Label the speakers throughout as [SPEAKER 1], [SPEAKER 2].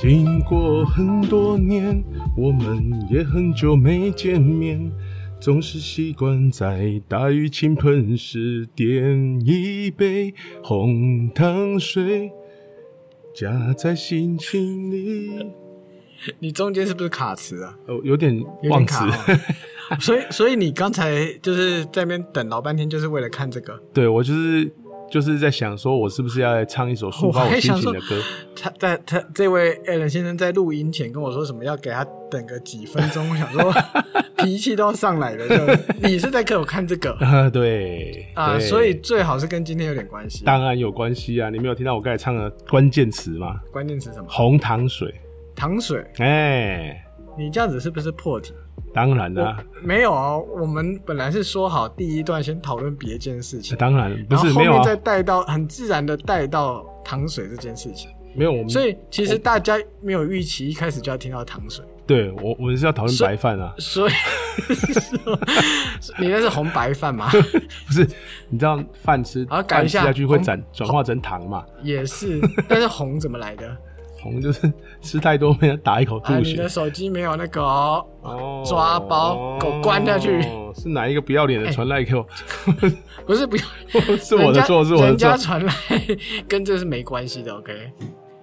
[SPEAKER 1] 经过很多年，我们也很久没见面，总是习惯在大雨倾盆时点一杯红糖水，加在心情里。
[SPEAKER 2] 你中间是不是卡词啊？
[SPEAKER 1] 哦，有点
[SPEAKER 2] 有
[SPEAKER 1] 忘
[SPEAKER 2] 点
[SPEAKER 1] 词
[SPEAKER 2] 卡、。哦。所以，所以你刚才就是在那边等老半天，就是为了看这个。
[SPEAKER 1] 对我就是就是在想说，我是不是要来唱一首抒发
[SPEAKER 2] 我还
[SPEAKER 1] 我心
[SPEAKER 2] 想
[SPEAKER 1] 情
[SPEAKER 2] 说
[SPEAKER 1] 的歌？
[SPEAKER 2] 他在他这位 a l n 先生在录音前跟我说什么要给他等个几分 钟，我想说脾气都要上来了。就你是在给我看这个
[SPEAKER 1] 啊，对
[SPEAKER 2] 啊？
[SPEAKER 1] 对
[SPEAKER 2] 所以最好是跟今天有点关系。
[SPEAKER 1] 当然有关系啊！你没有听到我刚才唱的关键词吗？
[SPEAKER 2] 关键词什么？
[SPEAKER 1] 红糖水，
[SPEAKER 2] 糖水。
[SPEAKER 1] 哎、
[SPEAKER 2] 你这样子是不是破题？
[SPEAKER 1] 当然啊啦、
[SPEAKER 2] 没有哦，我们本来是说好第一段先讨论别件事情，
[SPEAKER 1] 当然不
[SPEAKER 2] 然后
[SPEAKER 1] 是
[SPEAKER 2] 后
[SPEAKER 1] 没有
[SPEAKER 2] 面
[SPEAKER 1] 啊，
[SPEAKER 2] 再带到很自然的带到糖水这件事情。
[SPEAKER 1] 没有我们，
[SPEAKER 2] 所以其实大家没有预期一开始就要听到糖水，
[SPEAKER 1] 对我我们是要讨论
[SPEAKER 2] 所以
[SPEAKER 1] 白饭啊，
[SPEAKER 2] 所以你那是红白饭 吗？
[SPEAKER 1] 不是？你知道饭吃
[SPEAKER 2] 好改
[SPEAKER 1] 饭
[SPEAKER 2] 一
[SPEAKER 1] 吃
[SPEAKER 2] 下
[SPEAKER 1] 下去会
[SPEAKER 2] 红
[SPEAKER 1] 转转化成糖嘛？
[SPEAKER 2] 也是，但是红怎么来的？
[SPEAKER 1] 红就是 吃太多，被人打一口
[SPEAKER 2] 啊，
[SPEAKER 1] 吐
[SPEAKER 2] 你
[SPEAKER 1] 血
[SPEAKER 2] 的，手机没有那个哦，
[SPEAKER 1] 哦
[SPEAKER 2] 抓包狗关下去
[SPEAKER 1] 哦是哪一个不要脸的传来给我？
[SPEAKER 2] 不是不要，
[SPEAKER 1] 是我的错，
[SPEAKER 2] 人家
[SPEAKER 1] 是我的
[SPEAKER 2] 人
[SPEAKER 1] 错
[SPEAKER 2] 家。传来跟这是没关系的。OK，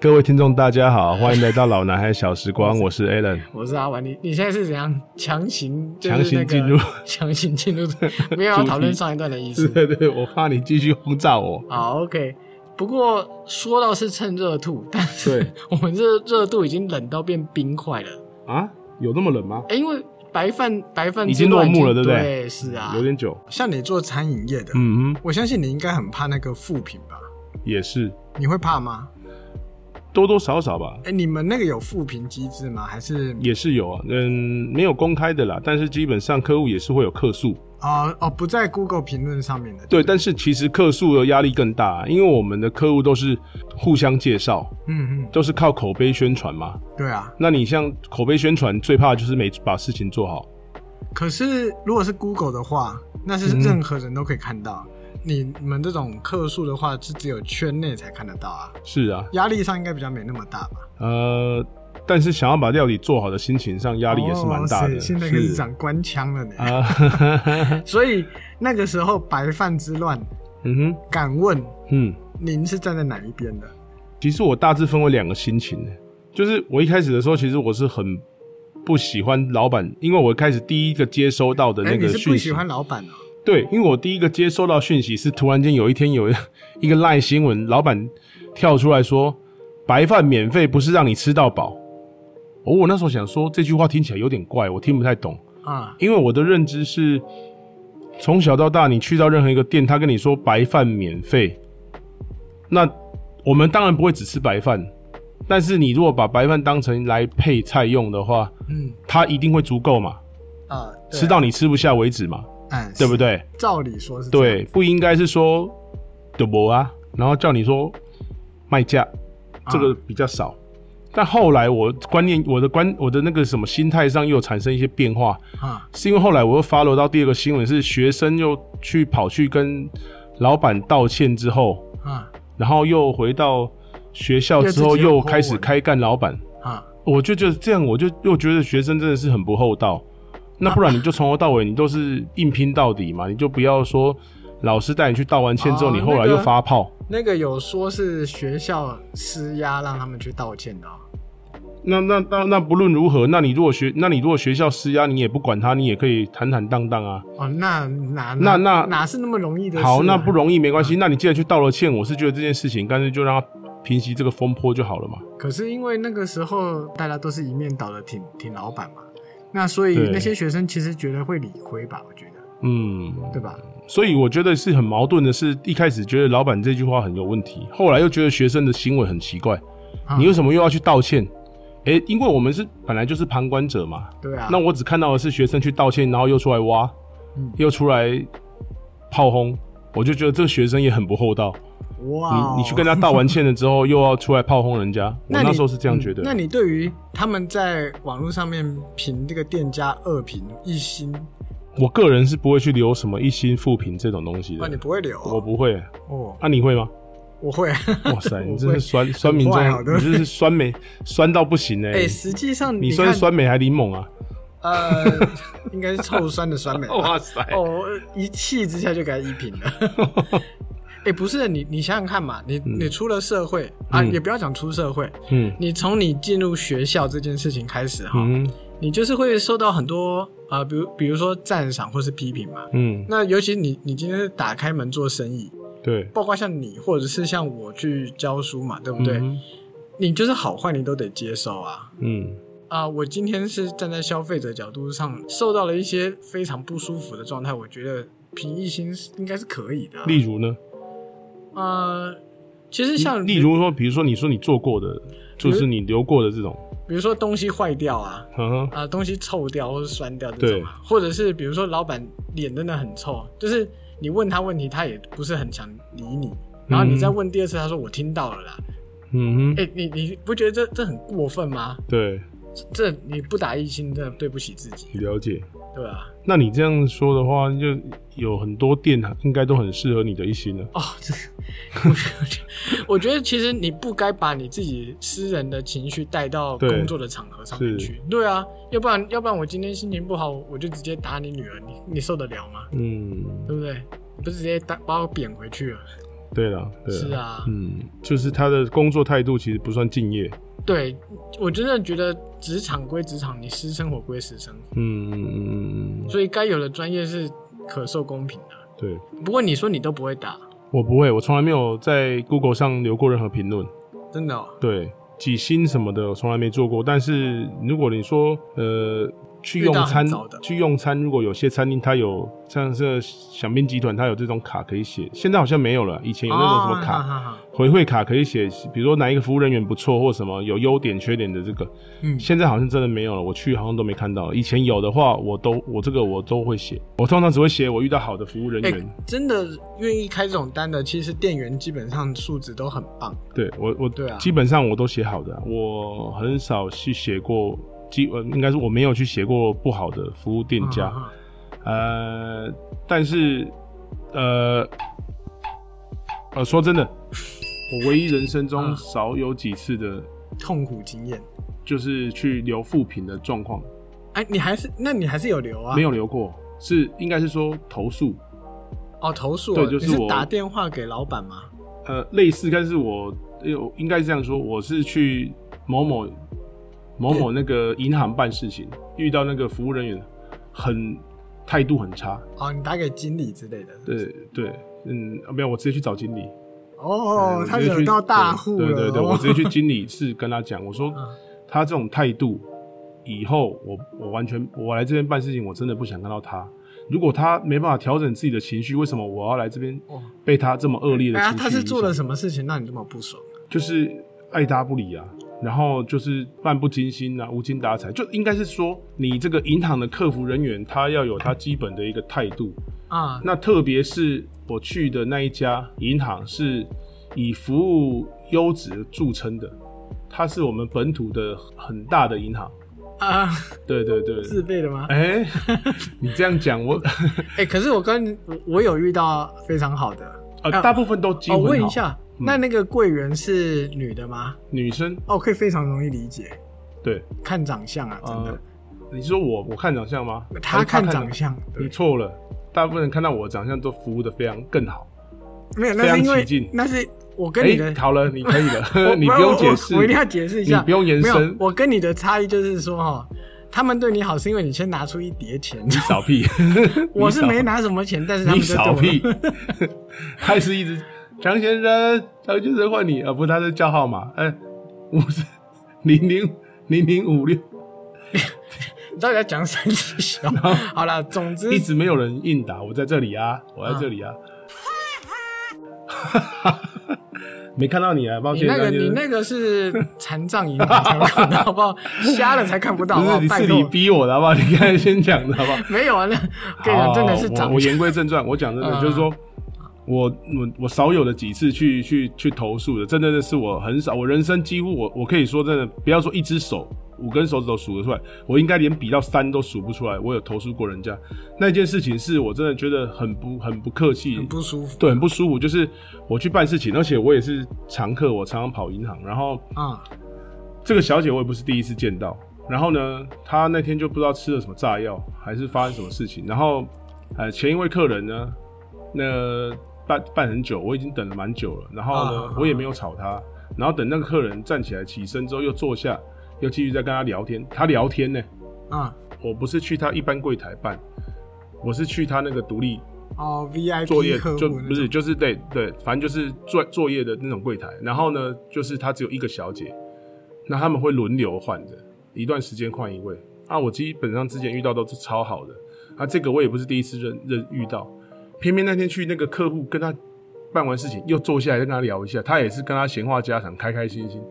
[SPEAKER 1] 各位听众大家好，欢迎来到老男孩小时 光，我是 Alan。
[SPEAKER 2] 我是阿玩，你你现在是怎样强行就是
[SPEAKER 1] 强行
[SPEAKER 2] 那个
[SPEAKER 1] 进入
[SPEAKER 2] 强行进入的，没有要讨论上一段的意
[SPEAKER 1] 是
[SPEAKER 2] 思。
[SPEAKER 1] 对对，我怕你继续轰炸我。
[SPEAKER 2] 好，OK。不过说到是趁热吐，但是
[SPEAKER 1] 对
[SPEAKER 2] 我们这热度已经冷到变冰块了。
[SPEAKER 1] 啊，有那么冷吗？
[SPEAKER 2] 哎，因为白饭白饭
[SPEAKER 1] 已
[SPEAKER 2] 之
[SPEAKER 1] 经落
[SPEAKER 2] 乱
[SPEAKER 1] 幕了对
[SPEAKER 2] 对
[SPEAKER 1] 不对
[SPEAKER 2] 是啊，
[SPEAKER 1] 有点久。
[SPEAKER 2] 像你做餐饮业的，
[SPEAKER 1] 嗯哼，
[SPEAKER 2] 我相信你应该很怕那个负评吧？
[SPEAKER 1] 也是
[SPEAKER 2] 你会怕吗？
[SPEAKER 1] 多多少少吧，
[SPEAKER 2] 哎、你们那个有负评机制吗？还是
[SPEAKER 1] 也是有啊。嗯，没有公开的啦，但是基本上客户也是会有客诉。
[SPEAKER 2] 哦哦不在 Google 评论上面的？
[SPEAKER 1] 对，但是其实客诉的压力更大，啊因为我们的客户都是互相介绍，
[SPEAKER 2] 嗯嗯，
[SPEAKER 1] 都是靠口碑宣传嘛。
[SPEAKER 2] 对啊。
[SPEAKER 1] 那你像口碑宣传，最怕就是没把事情做好。
[SPEAKER 2] 可是如果是 Google 的话，那
[SPEAKER 1] 嗯
[SPEAKER 2] 是任何人都可以看到。你们这种客数的话，是只有圈内才看得到啊，
[SPEAKER 1] 是啊，
[SPEAKER 2] 压力上应该比较没那么大吧？
[SPEAKER 1] 呃，但是想要把料理做好的心情上压力也是蛮大的。
[SPEAKER 2] 哦是现在开始
[SPEAKER 1] 是
[SPEAKER 2] 长官腔了呢。
[SPEAKER 1] 啊，
[SPEAKER 2] 所以那个时候白饭之乱，
[SPEAKER 1] 嗯哼，
[SPEAKER 2] 敢问
[SPEAKER 1] 嗯。
[SPEAKER 2] 您是站在哪一边的？
[SPEAKER 1] 其实我大致分为两个心情呢，就是我一开始的时候，其实我是很不喜欢老板，因为我一开始第一个接收到的
[SPEAKER 2] 哎、
[SPEAKER 1] 那
[SPEAKER 2] 你
[SPEAKER 1] 个
[SPEAKER 2] 是不
[SPEAKER 1] 讯
[SPEAKER 2] 喜
[SPEAKER 1] 息，
[SPEAKER 2] 欢老板哦、
[SPEAKER 1] 对，因为我第一个接收到讯息是突然间有一天有一个赖新闻，老板跳出来说白饭免费不是让你吃到饱。哦，我那时候想说这句话听起来有点怪，我听不太懂，
[SPEAKER 2] 啊，
[SPEAKER 1] 因为我的认知是从小到大，你去到任何一个店，他跟你说白饭免费，那我们当然不会只吃白饭，但是你如果把白饭当成来配菜用的话，
[SPEAKER 2] 嗯
[SPEAKER 1] 它一定会足够嘛，
[SPEAKER 2] 啊，对啊
[SPEAKER 1] 吃到你吃不下为止嘛，
[SPEAKER 2] 哎，
[SPEAKER 1] 对不
[SPEAKER 2] 是？
[SPEAKER 1] 对？
[SPEAKER 2] 照理说是这样
[SPEAKER 1] 对，，不应该是说赌博啊，然后叫你说卖价，
[SPEAKER 2] 啊
[SPEAKER 1] 这个比较少。但后来我观念，我的观，我的那个什么心态上又产生一些变化，
[SPEAKER 2] 啊，
[SPEAKER 1] 是因为后来我又 follow 到第二个新闻，是学生又去跑去跟老板道歉之后，
[SPEAKER 2] 啊
[SPEAKER 1] 然后又回到学校之
[SPEAKER 2] 又
[SPEAKER 1] 后
[SPEAKER 2] 自己有
[SPEAKER 1] 又
[SPEAKER 2] po 文
[SPEAKER 1] 开始开干老板，
[SPEAKER 2] 啊，
[SPEAKER 1] 我就觉得这样，我就又觉得学生真的是很不厚道。那不然你就从头到尾你都是硬拼到底嘛，你就不要说老师带你去道完歉之后，
[SPEAKER 2] 哦
[SPEAKER 1] 你后来又发炮。
[SPEAKER 2] 那个有说是学校施压让他们去道歉的、哦，
[SPEAKER 1] 那那那那不论如何，那你如果学，那你如果学校施压，你也不管他，你也可以坦坦荡荡啊。
[SPEAKER 2] 哦，那哪
[SPEAKER 1] 那那
[SPEAKER 2] 哪是那嗯么容易的事、啊
[SPEAKER 1] 好，那不，容易没关系。那你既然去道了歉，我是觉得这件事情干脆就让他平息这个风波就好了嘛。
[SPEAKER 2] 可是因为那个时候大家都是一面倒的挺挺老板嘛，那所以
[SPEAKER 1] 对
[SPEAKER 2] 那些学生其实觉得会理亏吧，我觉得，
[SPEAKER 1] 嗯，
[SPEAKER 2] 对吧？
[SPEAKER 1] 所以我觉得是很矛盾的是，一开始觉得老板这句话很有问题，后来又觉得学生的行为很奇怪。
[SPEAKER 2] 啊
[SPEAKER 1] 你为什么又要去道歉？诶、因为我们是本来就是旁观者嘛。
[SPEAKER 2] 对啊，
[SPEAKER 1] 那我只看到的是学生去道歉，然后又出来挖，
[SPEAKER 2] 嗯
[SPEAKER 1] 又出来炮轰，我就觉得这个学生也很不厚道。
[SPEAKER 2] 哇哦，
[SPEAKER 1] 你你去跟他道完歉了之后，又要出来炮轰人家，我那
[SPEAKER 2] 你
[SPEAKER 1] 时候是这样觉得。啊
[SPEAKER 2] 嗯那你对于他们在网络上面评这个店家恶评一星，
[SPEAKER 1] 我个人是不会去留什么一星负评这种东西
[SPEAKER 2] 那你
[SPEAKER 1] 的，
[SPEAKER 2] 不会留哦、
[SPEAKER 1] 我不会。啊哎
[SPEAKER 2] 哦，
[SPEAKER 1] 那、你会吗？
[SPEAKER 2] 我 会，
[SPEAKER 1] 哇塞，你真
[SPEAKER 2] 我会
[SPEAKER 1] 是酸酸民
[SPEAKER 2] 很坏哦
[SPEAKER 1] 中，
[SPEAKER 2] 对
[SPEAKER 1] 你
[SPEAKER 2] 不对
[SPEAKER 1] 真是酸梅酸到不行哎、
[SPEAKER 2] 哎、实际上
[SPEAKER 1] 你
[SPEAKER 2] 你
[SPEAKER 1] 算
[SPEAKER 2] 看，
[SPEAKER 1] 酸梅还柠檬 啊？
[SPEAKER 2] 呃， 应该是臭酸的酸梅吧。
[SPEAKER 1] 哇塞，
[SPEAKER 2] 哦，一气之下就给他一瓶了。 哎、不是你，你想想看嘛，你、你出了社会啊，
[SPEAKER 1] 嗯
[SPEAKER 2] 也不要讲出社会，
[SPEAKER 1] 嗯
[SPEAKER 2] 你从你进入学校这件事情开始哈，
[SPEAKER 1] 嗯
[SPEAKER 2] 你就是会受到很多呃，比如比如说赞赏或是批评嘛。
[SPEAKER 1] 嗯，
[SPEAKER 2] 那尤其你你今天是打开门做生意，
[SPEAKER 1] 对，
[SPEAKER 2] 包括像你或者是像我去教书嘛，对不对？
[SPEAKER 1] 嗯
[SPEAKER 2] 你就是好坏你都得接受啊。
[SPEAKER 1] 嗯
[SPEAKER 2] 啊、我今天是站在消费者角度上，受到了一些非常不舒服的状态，我觉得平一心是应该是可以的啊。
[SPEAKER 1] 例如呢？
[SPEAKER 2] 呃，其实像
[SPEAKER 1] 例如说，比如说你说你做过的，就是你留过的这种，
[SPEAKER 2] 比如说东西坏掉啊，
[SPEAKER 1] 嗯哼，
[SPEAKER 2] 啊、东西臭掉或者酸掉这种啊，或者是比如说老板脸真的很臭，就是你问他问题，他也不是很想理你，然后你再问第二次，他说我听到了啦，
[SPEAKER 1] 嗯哼，
[SPEAKER 2] 哎、你你不觉得这这很过分吗？
[SPEAKER 1] 对，
[SPEAKER 2] 这这你不打一星，真的对不起自己，
[SPEAKER 1] 了解。
[SPEAKER 2] 对吧、
[SPEAKER 1] 那你这样说的话，就有很多店啊应该都很适合你的一心了。
[SPEAKER 2] 哦，这个我觉得，我觉得其实你不该把你自己私人的情绪带到
[SPEAKER 1] 对
[SPEAKER 2] 工作的场合上面
[SPEAKER 1] 是
[SPEAKER 2] 去。对啊，要不然要不然我今天心情不好，我就直接打你女儿，你你受得了吗？
[SPEAKER 1] 嗯，
[SPEAKER 2] 对不对？你不是直接打把我贬回去了？
[SPEAKER 1] 对了，对
[SPEAKER 2] 是
[SPEAKER 1] 啦，
[SPEAKER 2] 啊，
[SPEAKER 1] 嗯，就是他的工作态度其实不算敬业。
[SPEAKER 2] 对我真的觉得职场归职场，你私生活归私生活，
[SPEAKER 1] 嗯嗯嗯嗯，
[SPEAKER 2] 所以该有的专业是可受公平的。
[SPEAKER 1] 对
[SPEAKER 2] 不过你说你都不会打，
[SPEAKER 1] 我不会，我从来没有在 Google 上留过任何评论。
[SPEAKER 2] 真的、哦？
[SPEAKER 1] 对，几星什么的我从来没做过。但是如果你说呃去
[SPEAKER 2] 遇到
[SPEAKER 1] 用餐
[SPEAKER 2] 很糟的
[SPEAKER 1] 去用餐，如果有些餐厅它有像是响兵集团，它有这种卡可以写，现在好像没有了。以前有那种什么
[SPEAKER 2] 哦
[SPEAKER 1] 卡、
[SPEAKER 2] 哈哈哈
[SPEAKER 1] 回馈卡可以写，比如说哪一个服务人员不错或什么有优点缺点的这个，
[SPEAKER 2] 嗯，
[SPEAKER 1] 现在好像真的没有了。我去好像都没看到了。以前有的话，我都我这个我都会写，我通常只会写我遇到好的服务人
[SPEAKER 2] 哎、
[SPEAKER 1] 员。
[SPEAKER 2] 真的愿意开这种单的，其实店员基本上素质都很棒。
[SPEAKER 1] 对我我
[SPEAKER 2] 对啊
[SPEAKER 1] 基本上我都写好的啊、我很少去写过，基呃应该是我没有去写过不好的服务店家，
[SPEAKER 2] 嗯嗯嗯
[SPEAKER 1] 呃，但是呃呃说真的，我唯一人生中
[SPEAKER 2] 嗯
[SPEAKER 1] 少有几次的，
[SPEAKER 2] 嗯痛苦经验。
[SPEAKER 1] 就是去留负评的状况，
[SPEAKER 2] 哎，你还是那你还是有留啊？
[SPEAKER 1] 没有留过，是应该是说投诉，
[SPEAKER 2] 哦，投诉哦
[SPEAKER 1] 对就是
[SPEAKER 2] 你是
[SPEAKER 1] 我
[SPEAKER 2] 打电话给老板吗？
[SPEAKER 1] 呃，类似，但是我有应该是这样说，我是去某某某某那个银行办事情，遇到那个服务人员很态度很差，
[SPEAKER 2] 哦，你打给经理之类的。
[SPEAKER 1] 对对，嗯，啊没有，我直接去找经理。
[SPEAKER 2] 哦
[SPEAKER 1] 嗯，
[SPEAKER 2] 他
[SPEAKER 1] 我直接
[SPEAKER 2] 惹
[SPEAKER 1] 去
[SPEAKER 2] 到大户了。
[SPEAKER 1] 对对对对，我
[SPEAKER 2] 哦
[SPEAKER 1] 直接去经理室跟他讲，我说
[SPEAKER 2] 嗯
[SPEAKER 1] 他这种态度，以后我我完全我来这边办事情，我真的不想看到他。如果他没办法调整自己的情绪，为什么我要来这边
[SPEAKER 2] 哦
[SPEAKER 1] 被他这么恶劣的
[SPEAKER 2] 哎
[SPEAKER 1] 情绪、
[SPEAKER 2] 呀，他是做了什么事情让你这么不爽？
[SPEAKER 1] 就是爱搭不理啊，然后就是漫不经心啊，无精打采，就应该是说你这个银行的客服人员，他要有他基本的一个态度。
[SPEAKER 2] 啊？
[SPEAKER 1] 那特别是我去的那一家银行是以服务优质著称的，它是我们本土的很大的银行。
[SPEAKER 2] 啊，
[SPEAKER 1] 对对对，
[SPEAKER 2] 自备的吗？
[SPEAKER 1] 哎、 你这样 讲我
[SPEAKER 2] 哎、可是我跟我我有遇到非常好的。
[SPEAKER 1] 呃
[SPEAKER 2] 啊
[SPEAKER 1] 大部分都几
[SPEAKER 2] 哦，
[SPEAKER 1] 乎很好、嗯
[SPEAKER 2] 问一下，那那个柜员是女的吗？
[SPEAKER 1] 女生
[SPEAKER 2] 哦，可以非常容易理解，
[SPEAKER 1] 对
[SPEAKER 2] 看长相啊，真
[SPEAKER 1] 呃
[SPEAKER 2] 的。，
[SPEAKER 1] 你说我我看长相吗？还
[SPEAKER 2] 他
[SPEAKER 1] 是
[SPEAKER 2] 看
[SPEAKER 1] 长
[SPEAKER 2] 长相，
[SPEAKER 1] 你
[SPEAKER 2] 对，
[SPEAKER 1] 错了，大部分人看到我的长相都服务的非常更好。
[SPEAKER 2] 没有，那
[SPEAKER 1] 非
[SPEAKER 2] 是因
[SPEAKER 1] 常起
[SPEAKER 2] 为
[SPEAKER 1] 劲
[SPEAKER 2] 那是我跟
[SPEAKER 1] 哎、
[SPEAKER 2] 你的，
[SPEAKER 1] 好了，你可以了，
[SPEAKER 2] 我
[SPEAKER 1] 你
[SPEAKER 2] 我
[SPEAKER 1] 不用
[SPEAKER 2] 我
[SPEAKER 1] 解释，
[SPEAKER 2] 我一定要解释一下，
[SPEAKER 1] 你不用延
[SPEAKER 2] 没有
[SPEAKER 1] 伸，
[SPEAKER 2] 我跟你的差异就是说，哈，他们对你好是因为你先拿出一叠钱，，
[SPEAKER 1] 少屁
[SPEAKER 2] 我是
[SPEAKER 1] 你少
[SPEAKER 2] 没，拿什么钱，但是他
[SPEAKER 1] 你
[SPEAKER 2] 们就
[SPEAKER 1] 少
[SPEAKER 2] 对
[SPEAKER 1] 屁， 还是一直张先生，张先生换你啊，不是他在叫号码，哎、五十零零零零五六，
[SPEAKER 2] 我，你到底要讲三只 小？好了，总之
[SPEAKER 1] 一直没有人应答，我在这里啊，我在这里啊， 没看到你啊，抱
[SPEAKER 2] 你
[SPEAKER 1] 歉，
[SPEAKER 2] 那个
[SPEAKER 1] 张先
[SPEAKER 2] 你
[SPEAKER 1] 生。
[SPEAKER 2] 那个是残障银行才会看到，好不好？瞎了才看不到，好
[SPEAKER 1] 不是
[SPEAKER 2] 好？
[SPEAKER 1] 你
[SPEAKER 2] 拜
[SPEAKER 1] 是你
[SPEAKER 2] 托，
[SPEAKER 1] 逼我的好不好？你刚才先讲的好不好？
[SPEAKER 2] 没有啊，那跟你
[SPEAKER 1] 好
[SPEAKER 2] 讲真的是
[SPEAKER 1] 哦我
[SPEAKER 2] 长
[SPEAKER 1] 我言归正传，我讲真的
[SPEAKER 2] 嗯
[SPEAKER 1] 就是说，我我我少有的几次去去去投诉的，真的是我很少，我人生几乎我我可以说真的，不要说一只手，五根手指头数得出来，我应该连比到三都数不出来。我有投诉过人家那件事情，是我真的觉得很不很不客气，
[SPEAKER 2] 很不舒服。
[SPEAKER 1] 对，很不舒服。就是我去办事情，而且我也是常客，我常常跑银行。然后
[SPEAKER 2] 啊，
[SPEAKER 1] 这个小姐我也不是第一次见到。然后呢，她那天就不知道吃了什么炸药，还是发生什么事情。然后，呃，前一位客人呢，那办办很久，我已经等了蛮久了。然后呢，
[SPEAKER 2] 啊
[SPEAKER 1] 我也没有吵她。然后等那个客人站起来起身之后，又坐下，又继续在跟他聊天。他聊天呢、
[SPEAKER 2] 啊
[SPEAKER 1] 我不是去他一般柜台办，我是去他那个独立
[SPEAKER 2] 哦
[SPEAKER 1] 作业
[SPEAKER 2] ，VIP 客户
[SPEAKER 1] 就
[SPEAKER 2] 那种
[SPEAKER 1] 不是就是对对，反正就是作作业的那种柜台。然后呢，就是他只有一个小姐，那他们会轮流换的，一段时间换一位。啊，我基本上之前遇到都是超好的，啊，这个我也不是第一次认认遇到，偏偏那天去那个客户跟他办完事情，又坐下来再跟他聊一下，他也是跟他闲话家常，开开心心。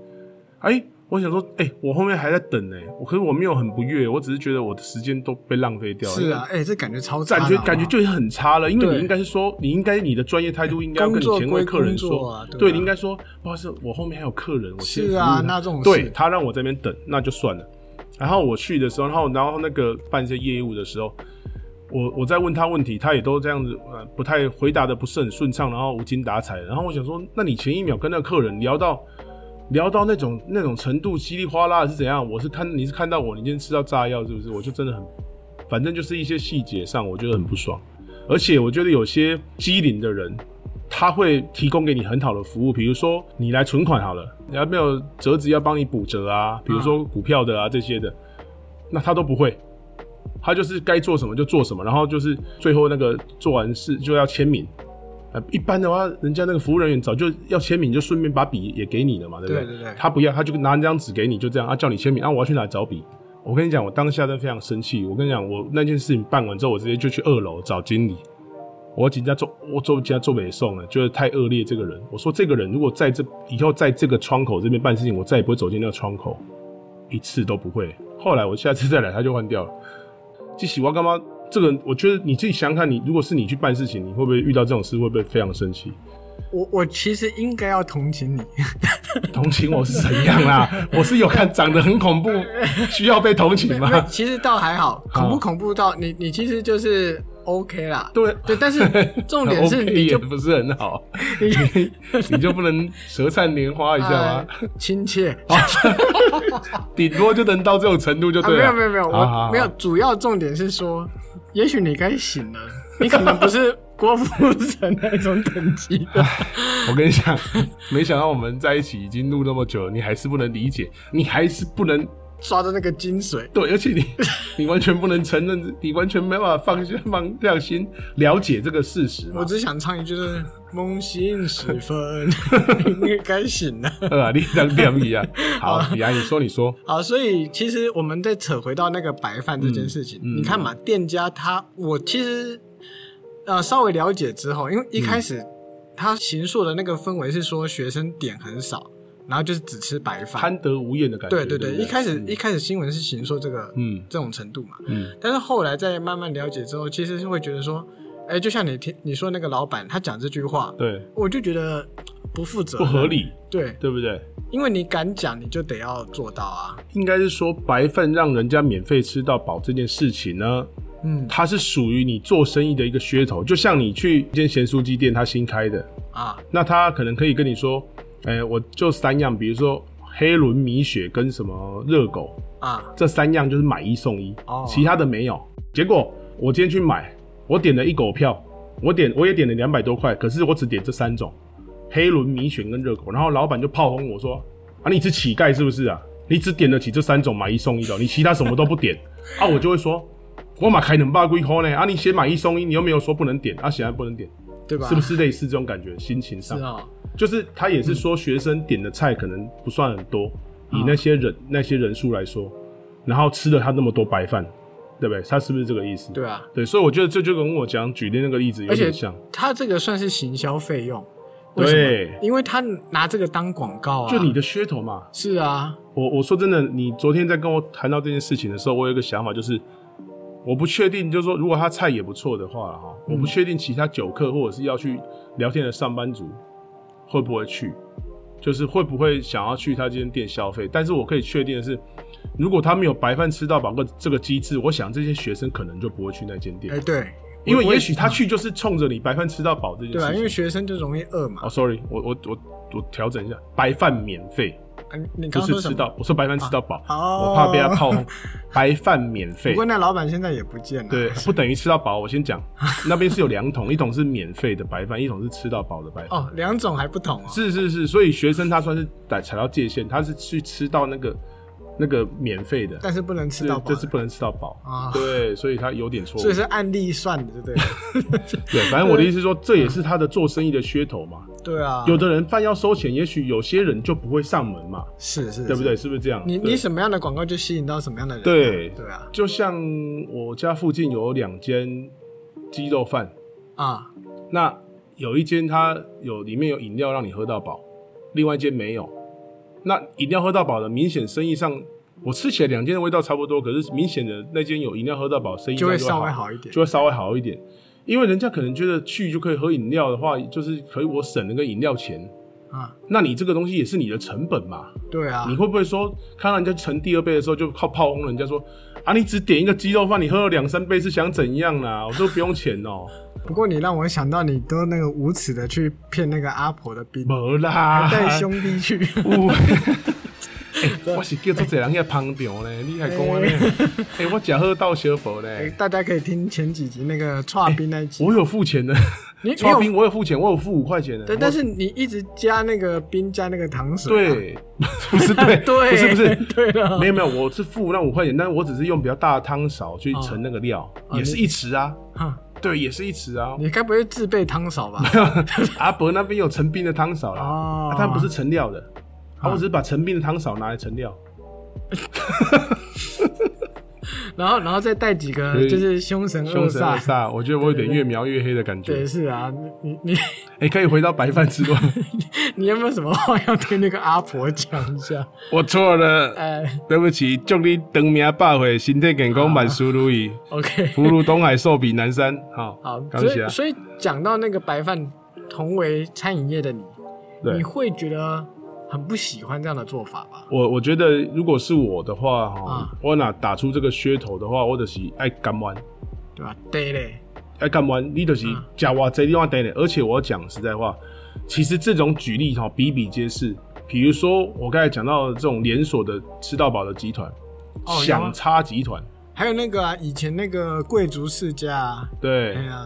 [SPEAKER 1] 哎、我想说，哎、我后面还在等呢、我可是我没有很不悦，我只是觉得我的时间都被浪费掉了。
[SPEAKER 2] 是啊，哎、这感觉超差的
[SPEAKER 1] 感觉
[SPEAKER 2] 好不好
[SPEAKER 1] 感觉就已经很差了，因为
[SPEAKER 2] 对
[SPEAKER 1] 你应该是说，你应该你的专业态度应该要跟
[SPEAKER 2] 工作
[SPEAKER 1] 你前位
[SPEAKER 2] 归
[SPEAKER 1] 客人
[SPEAKER 2] 工作
[SPEAKER 1] 说，
[SPEAKER 2] 啊对啊
[SPEAKER 1] 对，你应该说，不好意思，我后面还有客人，我先
[SPEAKER 2] 是
[SPEAKER 1] 服务
[SPEAKER 2] 啊，
[SPEAKER 1] 他
[SPEAKER 2] 那这种事
[SPEAKER 1] 对他让我这边等，那就算了。然后我去的时候，然后然后那个办一些业务的时候，我我在问他问题，他也都这样子，呃，不太回答的不是很顺畅，然后无精打采。然后我想说，那你前一秒跟那个客人聊到聊到那种那种程度，稀里哗啦的是怎样？我是看你是看到我，你今天吃到炸药是不是？我就真的很，反正就是一些细节上，我觉得很不爽。而且我觉得有些机灵的人，他会提供给你很好的服务，比如说你来存款好了，你要没有折子要帮你补折啊，比如说股票的啊这些的，那他都不会，他就是该做什么就做什么，然后就是最后那个做完事就要签名。呃，一般的话，人家那个服务人员早就要签名，就顺便把笔也给你了嘛，对不对？
[SPEAKER 2] 对对对
[SPEAKER 1] 他不要，他就拿那张纸给你，就这样啊，叫你签名啊，我要去哪找笔？我跟你讲，我当下真的非常生气。我跟你讲，我那件事情办完之后，我直接就去二楼找经理，我请他做，我做请他做美送了，就是太恶劣这个人。我说这个人如果在这以后在这个窗口这边办事情，我再也不会走进那个窗口，一次都不会。后来我下次再来，他就换掉了。即使我干嘛？这个我觉得你自己想想看你，如果是你去办事情，你会不会遇到这种事？会不会非常生气？
[SPEAKER 2] 我我其实应该要同情你，
[SPEAKER 1] 同情我是怎样 啦？我是有看长得很恐怖，需要被同情
[SPEAKER 2] 没有
[SPEAKER 1] 吗？
[SPEAKER 2] 其实倒还好，恐不恐怖到你你其实就是 OK 啦。
[SPEAKER 1] 对，
[SPEAKER 2] 对， 但是重点是
[SPEAKER 1] OK
[SPEAKER 2] 你
[SPEAKER 1] 也
[SPEAKER 2] 就
[SPEAKER 1] 不是很好，
[SPEAKER 2] 你就
[SPEAKER 1] 你就不能舌灿莲花一下 吗？哦
[SPEAKER 2] 呃亲切
[SPEAKER 1] 顶多就能到这种程度就
[SPEAKER 2] 啊，
[SPEAKER 1] 对
[SPEAKER 2] 没
[SPEAKER 1] 了。
[SPEAKER 2] 有没有没有，
[SPEAKER 1] 好好
[SPEAKER 2] 我
[SPEAKER 1] 好
[SPEAKER 2] 没有，主要重点是说，也许你该醒了，你可能不是郭富城那种等级 的，
[SPEAKER 1] 我跟你讲，没想到我们在一起已经录那么久了，你还是不能理解，你还是不能
[SPEAKER 2] 抓到那个精髓。
[SPEAKER 1] 对，而且你你完全不能承认，你完全没办法放下放下心了解这个事实
[SPEAKER 2] 我
[SPEAKER 1] 嘛？
[SPEAKER 2] 只想唱一句就是“梦醒时分”， 你该醒了。
[SPEAKER 1] 对吧？你当点一 啊！好，李安，你说，你说，
[SPEAKER 2] 好，所以其实我们再扯回到那个白饭这件事情，
[SPEAKER 1] 嗯嗯
[SPEAKER 2] 你看嘛，店家他，我其实呃稍微了解之后，因
[SPEAKER 1] 嗯
[SPEAKER 2] 为一开始他行塑的那个氛围是说学生点很少，然后就是只吃白饭。
[SPEAKER 1] 贪得无厌的感觉。
[SPEAKER 2] 对
[SPEAKER 1] 对
[SPEAKER 2] 对
[SPEAKER 1] 不
[SPEAKER 2] 对，
[SPEAKER 1] 对，
[SPEAKER 2] 一开始一开始新闻是行塑这个
[SPEAKER 1] 嗯
[SPEAKER 2] 这种程度嘛，
[SPEAKER 1] 嗯
[SPEAKER 2] 但是后来再慢慢了解之后，其实是会觉得说，哎，就像你听你说那个老板他讲这句话，
[SPEAKER 1] 对，
[SPEAKER 2] 我就觉得不负责，
[SPEAKER 1] 不合。理，
[SPEAKER 2] 对，
[SPEAKER 1] 对不对？
[SPEAKER 2] 因为你敢讲，你就得要做到啊。
[SPEAKER 1] 应该是说白饭让人家免费吃到饱这件事情呢，
[SPEAKER 2] 嗯
[SPEAKER 1] 它是属于你做生意的一个噱头，就像你去一间咸酥鸡店，它新开的，
[SPEAKER 2] 啊，
[SPEAKER 1] 那他可能可以跟你说，哎、我就三样，比如说黑轮米血跟什么热狗，
[SPEAKER 2] 啊
[SPEAKER 1] 这三样就是买一送一，
[SPEAKER 2] 哦
[SPEAKER 1] 其他的没有。结果我今天去买，我点了一狗票，我点我也点了两百多块，可是我只点这三种，黑轮米血跟热狗。然后老板就炮轰我说：“啊，你是乞丐是不是啊？你只点得起这三种买一送一的，你其他什么都不点 啊？”我就会说。我买开能八龟块呢啊！你写买一送一，你又没有说不能点啊，显然不能点，
[SPEAKER 2] 对啊吧？
[SPEAKER 1] 是不是类似这种感觉？心情
[SPEAKER 2] 是
[SPEAKER 1] 上
[SPEAKER 2] 哦，
[SPEAKER 1] 就是他也是说学生点的菜可能不算很多，以那些人那些人数来说，然后吃了他那么多白饭，对不对？他是不是这个意思？
[SPEAKER 2] 对啊，
[SPEAKER 1] 对，所以我觉得这就跟我讲举例那个例子有
[SPEAKER 2] 而且
[SPEAKER 1] 点像，
[SPEAKER 2] 他这个算是行销费用，为什么？
[SPEAKER 1] 对，
[SPEAKER 2] 因为他拿这个当广告啊。
[SPEAKER 1] 就你的噱头嘛。
[SPEAKER 2] 是啊，
[SPEAKER 1] 我我说真的，你昨天在跟我谈到这件事情的时候，我有一个想法，就是我不确定，就是说如果他菜也不错的话哈，我
[SPEAKER 2] 嗯
[SPEAKER 1] 不确定其他酒客或者是要去聊天的上班族会不会去，就是会不会想要去他这间店消费。但是我可以确定的是，如果他们有白饭吃到饱个这个机制，我想这些学生可能就不会去那间店，
[SPEAKER 2] 哎，对，
[SPEAKER 1] 因为
[SPEAKER 2] 我啊
[SPEAKER 1] 也许他去就是冲着你白饭吃到饱这件
[SPEAKER 2] 对吧？
[SPEAKER 1] 事
[SPEAKER 2] 因
[SPEAKER 1] 情
[SPEAKER 2] 为。学生就容易饿嘛
[SPEAKER 1] 哦、。s o r r y 我我我我调整一下，白饭免费，
[SPEAKER 2] 啊你你
[SPEAKER 1] 不
[SPEAKER 2] 刚刚
[SPEAKER 1] 是
[SPEAKER 2] 说什
[SPEAKER 1] 吃
[SPEAKER 2] 么？
[SPEAKER 1] 到，我说白饭吃到饱，
[SPEAKER 2] 哦
[SPEAKER 1] 我怕被他炮轰。白饭免
[SPEAKER 2] 不
[SPEAKER 1] 费
[SPEAKER 2] 过，那老板现在也不见了。
[SPEAKER 1] 对，不等于吃到饱。我先讲，那边是有两桶，一桶是免费的白饭，一桶是吃到饱的白饭。
[SPEAKER 2] 哦，两种还不同哦。
[SPEAKER 1] 是是是，所以学生他算是踩踩到界限，他是去吃到那个那个免费的，
[SPEAKER 2] 但是不能吃到饱
[SPEAKER 1] 这这是不能吃到饱。
[SPEAKER 2] 啊，
[SPEAKER 1] 对，所以他有点错误
[SPEAKER 2] 所以。是按例算的，对 不对？
[SPEAKER 1] 对，反正我的意思是说，这也是他的做生意的噱头嘛。
[SPEAKER 2] 对啊，
[SPEAKER 1] 有的人饭要收钱，也许有些人就不会上门嘛，
[SPEAKER 2] 是是，
[SPEAKER 1] 对不
[SPEAKER 2] 是？
[SPEAKER 1] 对？是不是这样？
[SPEAKER 2] 嗯你
[SPEAKER 1] 对
[SPEAKER 2] 你什么样的广告就吸引到什么样的人啊？
[SPEAKER 1] 对
[SPEAKER 2] 对啊，
[SPEAKER 1] 就像我家附近有两间鸡肉饭，
[SPEAKER 2] 啊
[SPEAKER 1] 那有一间它有里面有饮料让你喝到饱，另外一间没有。那饮料喝到饱的，明显生意上我吃起来两间的味道差不多，可是明显的那间有饮料喝到饱，生意
[SPEAKER 2] 就会
[SPEAKER 1] 上
[SPEAKER 2] 稍微好一点
[SPEAKER 1] 就。会稍微好一点。因为人家可能觉得去就可以喝饮料的话，就是可以我省了个饮料钱。
[SPEAKER 2] 啊，
[SPEAKER 1] 那你这个东西也是你的成本嘛？
[SPEAKER 2] 对啊
[SPEAKER 1] 你，会不会说看到人家盛第二杯的时候就靠炮轰人家说啊，你只点一个鸡肉饭，你喝了两三杯是想怎样啦、我说不用钱哦、
[SPEAKER 2] 不过你让我想到你都那个无耻的去骗那个阿婆的兵，
[SPEAKER 1] 没啦，
[SPEAKER 2] 还带兄弟去，
[SPEAKER 1] 有。欸、我是叫做这人去捧场 呢，你还讲我呢？哎、我假喝到小佛呢，
[SPEAKER 2] 大家可以听前几集那个串兵那一集，
[SPEAKER 1] 我有付 钱的，
[SPEAKER 2] 你你
[SPEAKER 1] 刷冰
[SPEAKER 2] 有
[SPEAKER 1] 我有付钱，我有付五块钱的。
[SPEAKER 2] 对，但是你一直加那个冰加那个糖水啊，
[SPEAKER 1] 对， 不是对，
[SPEAKER 2] 对，
[SPEAKER 1] 不是不是，
[SPEAKER 2] 对啊了，
[SPEAKER 1] 没有没有，我是付那五块钱，但是我只是用比较大的汤勺去盛那个料，也是一匙啊，
[SPEAKER 2] 哈
[SPEAKER 1] 对，也是一匙啊。
[SPEAKER 2] 哦你该不会自备汤勺吧？
[SPEAKER 1] 阿伯那边有成冰的汤勺啦，
[SPEAKER 2] 哦
[SPEAKER 1] 啊但不是盛料的，啊，我只是把成冰的汤勺拿来盛料。
[SPEAKER 2] 然后然后再带几个
[SPEAKER 1] 所以
[SPEAKER 2] 就是凶神
[SPEAKER 1] 凶
[SPEAKER 2] 恶
[SPEAKER 1] 神恶
[SPEAKER 2] 煞，
[SPEAKER 1] 煞，我觉得我有点越描越黑的感觉。
[SPEAKER 2] 对，是啊，你你 你
[SPEAKER 1] 哎、可以回到白饭之乱。
[SPEAKER 2] 你有没有什么话要对那个阿婆讲一下？
[SPEAKER 1] 我错了，
[SPEAKER 2] 哎
[SPEAKER 1] 对不起，祝你长命百岁，身体健康，万事如意，
[SPEAKER 2] ，OK，
[SPEAKER 1] 福如东海，寿比南山。好，
[SPEAKER 2] 啊好，
[SPEAKER 1] 感
[SPEAKER 2] 所
[SPEAKER 1] 谢啊
[SPEAKER 2] 以。所以讲到那个白饭，同为餐饮业的你，
[SPEAKER 1] 对
[SPEAKER 2] 你会觉得很不喜欢这样的做法吧？
[SPEAKER 1] 我我觉得，如果是我的话，哈、
[SPEAKER 2] 啊
[SPEAKER 1] 我哪打出这个噱头的话，我就是爱干弯，
[SPEAKER 2] 对吧？对嘞，
[SPEAKER 1] 爱干弯，你就是
[SPEAKER 2] 啊
[SPEAKER 1] 假哇这地方等等。而且我讲实在话，其实这种举例哈、比比皆是。比如说我刚才讲到的这种连锁的吃到饱的集团，
[SPEAKER 2] 哦有啊
[SPEAKER 1] 享差集团，
[SPEAKER 2] 还有那个啊，以前那个贵族世家啊，
[SPEAKER 1] 对，
[SPEAKER 2] 哎呀，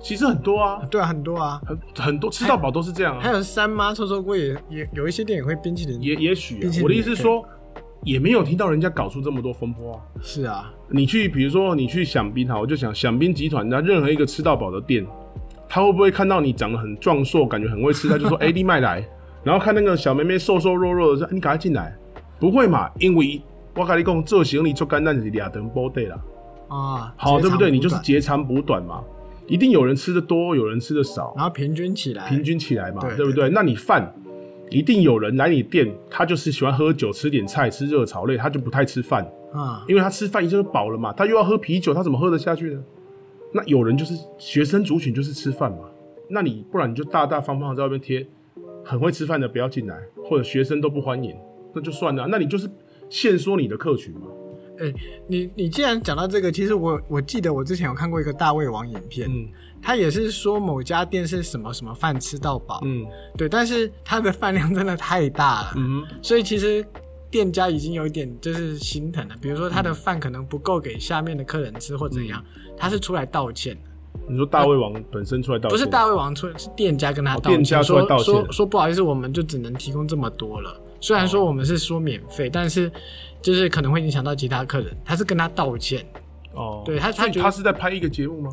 [SPEAKER 1] 其实很多啊，
[SPEAKER 2] 对啊，很多啊，
[SPEAKER 1] 很很多吃到饱都是这样、
[SPEAKER 2] 还
[SPEAKER 1] 啊。
[SPEAKER 2] 有三妈臭臭锅也也有一些店也会冰淇淋，
[SPEAKER 1] 也也许、啊
[SPEAKER 2] 毕竟，
[SPEAKER 1] 我的意思是说，也没有听到人家搞出这么多风波啊。
[SPEAKER 2] 是啊，
[SPEAKER 1] 你去，比如说你去享宾哈，我就想享宾集团，那任何一个吃到饱的店，他会不会看到你长得很壮硕，感觉很会吃，他 就说：“哎、你卖来。”然后看那个小妹妹瘦瘦弱弱的，说：“你赶快进来。”不会嘛？因为我跟你讲，做行李做干蛋是俩等波 day 啦。
[SPEAKER 2] 啊，
[SPEAKER 1] 好，对
[SPEAKER 2] 截
[SPEAKER 1] 不
[SPEAKER 2] 长
[SPEAKER 1] 对？
[SPEAKER 2] 补
[SPEAKER 1] 你就是
[SPEAKER 2] 短
[SPEAKER 1] 截长补短嘛，一定有人吃的多，有人吃的少。
[SPEAKER 2] 然后平均起来，
[SPEAKER 1] 平均起来嘛，
[SPEAKER 2] 哎对
[SPEAKER 1] 对不对？那你饭一定有人来你店，他就是喜欢喝酒、吃点菜、吃热炒类，他就不太吃饭，
[SPEAKER 2] 啊，
[SPEAKER 1] 因为他吃饭一下就饱了嘛，他又要喝啤酒，他怎么喝得下去呢？那有人就是学生族群，就是吃饭嘛。那你不然你就大大方方的在外面贴，很会吃饭的不要进来，或者学生都不欢迎，那就算了啊。那你就是限缩你的客群嘛。
[SPEAKER 2] 你你既然讲到这个，其实我我记得我之前有看过一个大胃王影片，
[SPEAKER 1] 嗯
[SPEAKER 2] 他也是说某家店是什么什么饭吃到饱，
[SPEAKER 1] 嗯
[SPEAKER 2] 对，但是它的饭量真的太大了，
[SPEAKER 1] 嗯，
[SPEAKER 2] 所以其实店家已经有一点就是心疼了。比如说
[SPEAKER 1] 嗯
[SPEAKER 2] 他的饭可能不够给下面的客人吃或怎样，他是出来道歉的，
[SPEAKER 1] 你说大胃王本身出来道歉，
[SPEAKER 2] 不是大胃王出，是店家跟他道
[SPEAKER 1] 哦店
[SPEAKER 2] 歉，
[SPEAKER 1] 家出来
[SPEAKER 2] 说
[SPEAKER 1] 道歉
[SPEAKER 2] 说说不好意思，我们就只能提供这么多了。虽
[SPEAKER 1] 哦
[SPEAKER 2] 然说我们是说免费，但是就是可能会影响到其他客人，他是跟他道歉。
[SPEAKER 1] 哦，
[SPEAKER 2] 对他他
[SPEAKER 1] 所以
[SPEAKER 2] 觉得
[SPEAKER 1] 他是在拍一个节目吗？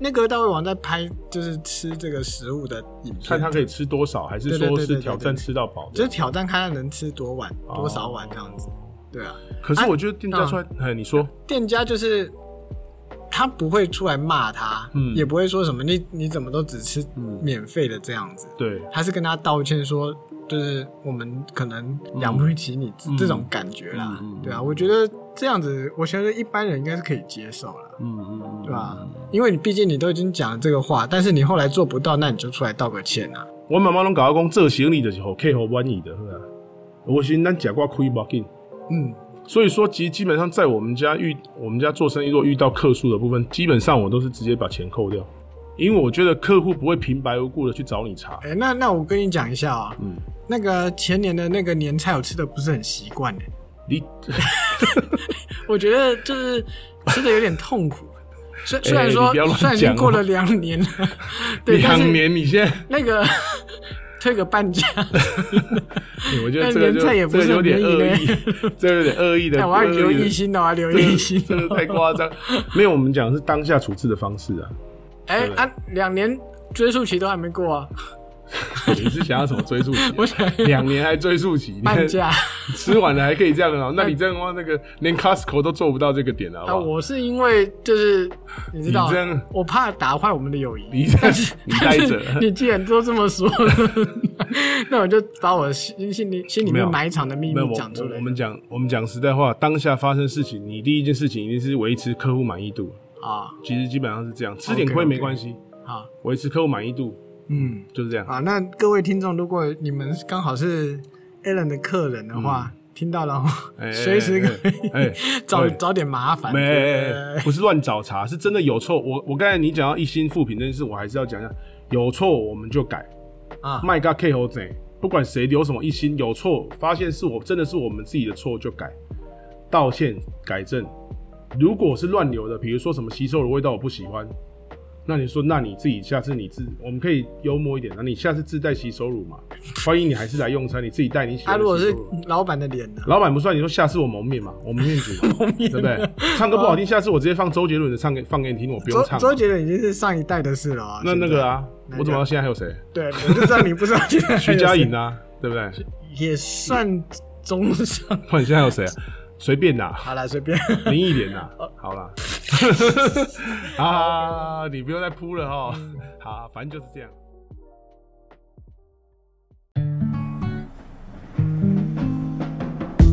[SPEAKER 2] 那个大胃王在拍就是吃这个食物的影
[SPEAKER 1] 看
[SPEAKER 2] 片，
[SPEAKER 1] 他可以吃多少，还是
[SPEAKER 2] 对对
[SPEAKER 1] 说
[SPEAKER 2] 对对
[SPEAKER 1] 是
[SPEAKER 2] 对
[SPEAKER 1] 挑
[SPEAKER 2] 对
[SPEAKER 1] 战
[SPEAKER 2] 对
[SPEAKER 1] 吃到饱的？
[SPEAKER 2] 就是挑战看他能吃多碗、
[SPEAKER 1] 哦
[SPEAKER 2] 多少碗这样子。对啊，
[SPEAKER 1] 可是我觉得店家出
[SPEAKER 2] 嗯
[SPEAKER 1] 来，哎，你说，
[SPEAKER 2] 店家就是他不会出来骂他，
[SPEAKER 1] 嗯
[SPEAKER 2] 也不会说什么你你怎么都只吃
[SPEAKER 1] 嗯
[SPEAKER 2] 免费的这样子，
[SPEAKER 1] 对，
[SPEAKER 2] 他是跟他道歉说，就是我们可能养不起你、
[SPEAKER 1] 嗯
[SPEAKER 2] 这种感觉
[SPEAKER 1] 嗯
[SPEAKER 2] 啦。
[SPEAKER 1] 嗯嗯
[SPEAKER 2] 对啊，我觉得这样子，我觉得一般人应该是可以接受了。
[SPEAKER 1] 嗯嗯，
[SPEAKER 2] 对吧？因为你毕竟你都已经讲了这个话，但是你后来做不到，那你就出来道个歉啊。
[SPEAKER 1] 我妈妈拢甲我讲，做生意就是互客户满意的，好啊。我寻咱食过亏无要紧，
[SPEAKER 2] 嗯，
[SPEAKER 1] 所以说，其实基本上在我们家遇我们家做生意，如果遇到客诉的部分，基本上我都是直接把钱扣掉，因为我觉得客户不会平白无故的去找你茬。
[SPEAKER 2] 哎、那那我跟你讲一下啊、
[SPEAKER 1] 嗯，
[SPEAKER 2] 那个前年的那个年菜，我吃的不是很习惯的，
[SPEAKER 1] 你
[SPEAKER 2] 我觉得就是吃的有点痛苦。虽 虽然说
[SPEAKER 1] 你不要，乱
[SPEAKER 2] 虽然已经
[SPEAKER 1] 讲哦
[SPEAKER 2] 过了两年 了，对，但
[SPEAKER 1] 两
[SPEAKER 2] 是
[SPEAKER 1] 年你现在，
[SPEAKER 2] 那个退个半价，
[SPEAKER 1] 我觉得这个
[SPEAKER 2] 但
[SPEAKER 1] 就
[SPEAKER 2] 人菜也
[SPEAKER 1] 这
[SPEAKER 2] 不
[SPEAKER 1] 个
[SPEAKER 2] 是
[SPEAKER 1] 有点恶
[SPEAKER 2] 很便宜
[SPEAKER 1] 意， 这个有点恶意的，
[SPEAKER 2] 哎我要留
[SPEAKER 1] 恶意的
[SPEAKER 2] 一心的，我要留一心
[SPEAKER 1] 真的
[SPEAKER 2] 哦。
[SPEAKER 1] 太夸张。 没有，我们讲的是当下处置的方式啊。
[SPEAKER 2] 哎啊，两年追溯期都还没过啊，
[SPEAKER 1] 你是想要什么追溯期啊？
[SPEAKER 2] 我想
[SPEAKER 1] 两年还追溯期，你看
[SPEAKER 2] 半价
[SPEAKER 1] 吃完了还可以这样啊？那你这样的话，那个连 Costco 都做不到这个点了，好不
[SPEAKER 2] 啊！
[SPEAKER 1] 好？
[SPEAKER 2] 我是因为就是你知道
[SPEAKER 1] 你这样，
[SPEAKER 2] 我怕打坏我们的友谊。
[SPEAKER 1] 你这样你
[SPEAKER 2] 但
[SPEAKER 1] 待
[SPEAKER 2] 是
[SPEAKER 1] 着，
[SPEAKER 2] 你既然都这么说了， 那我就把我心心里心里
[SPEAKER 1] 没
[SPEAKER 2] 面
[SPEAKER 1] 有
[SPEAKER 2] 埋藏的秘
[SPEAKER 1] 没有
[SPEAKER 2] 密
[SPEAKER 1] 我
[SPEAKER 2] 讲出
[SPEAKER 1] 我
[SPEAKER 2] 来
[SPEAKER 1] 我。们讲我们讲实在话，当下发生事情，你第一件事情一定是维持客户满意度。
[SPEAKER 2] 啊，
[SPEAKER 1] 其实基本上是这样，吃点
[SPEAKER 2] OK，OK
[SPEAKER 1] 亏没关系，
[SPEAKER 2] 好，
[SPEAKER 1] 维持客户满意度
[SPEAKER 2] 嗯，
[SPEAKER 1] 就是这样。
[SPEAKER 2] 啊，那各位听众，如果你们刚好是 Alan 的客人的话，听到了哦，
[SPEAKER 1] 嗯哎
[SPEAKER 2] 随时可以
[SPEAKER 1] 哎，
[SPEAKER 2] 找
[SPEAKER 1] 对
[SPEAKER 2] 找点麻烦。
[SPEAKER 1] 没、
[SPEAKER 2] 对
[SPEAKER 1] 不是乱找茬，是真的有错。我我刚才你讲到一心复评这件事，我还是要讲一下，有错我们就改。
[SPEAKER 2] 啊，
[SPEAKER 1] 卖个 K 猴贼，不管谁留什么一心，有错发现是我真的是我们自己的错就改，道歉改正。如果是乱留的，比如说什么吸收的味道我不喜欢，那你说那你自己下次你自我们可以幽默一点，啊那你下次自带洗手乳嘛，欢迎你还是来用餐，你自己带你喜
[SPEAKER 2] 啊，
[SPEAKER 1] 欢的
[SPEAKER 2] 如果
[SPEAKER 1] 洗手
[SPEAKER 2] 是
[SPEAKER 1] 乳。
[SPEAKER 2] 老板的脸呢？
[SPEAKER 1] 老板不算，你说下次我蒙面嘛，我蒙面组 嘛，对不对？
[SPEAKER 2] 嗯
[SPEAKER 1] 唱歌不好听，下次我直接放周杰伦的唱给放给你听，我不用
[SPEAKER 2] 周
[SPEAKER 1] 唱。
[SPEAKER 2] 周杰伦已经是上一代的事了啊。
[SPEAKER 1] 那那个啊
[SPEAKER 2] 那，个
[SPEAKER 1] 我怎么知道现在还有谁？
[SPEAKER 2] 现在，对，我就知道你不知道现在
[SPEAKER 1] 徐佳莹啊，对 不对？
[SPEAKER 2] 也算中 上。
[SPEAKER 1] 不然现在还有 谁啊？随便啦，
[SPEAKER 2] 好了，随便。
[SPEAKER 1] 林忆莲 呐，
[SPEAKER 2] 哦
[SPEAKER 1] 好啦， 啊，你不用再扑了哈，
[SPEAKER 2] 嗯
[SPEAKER 1] 好，反正就是这样。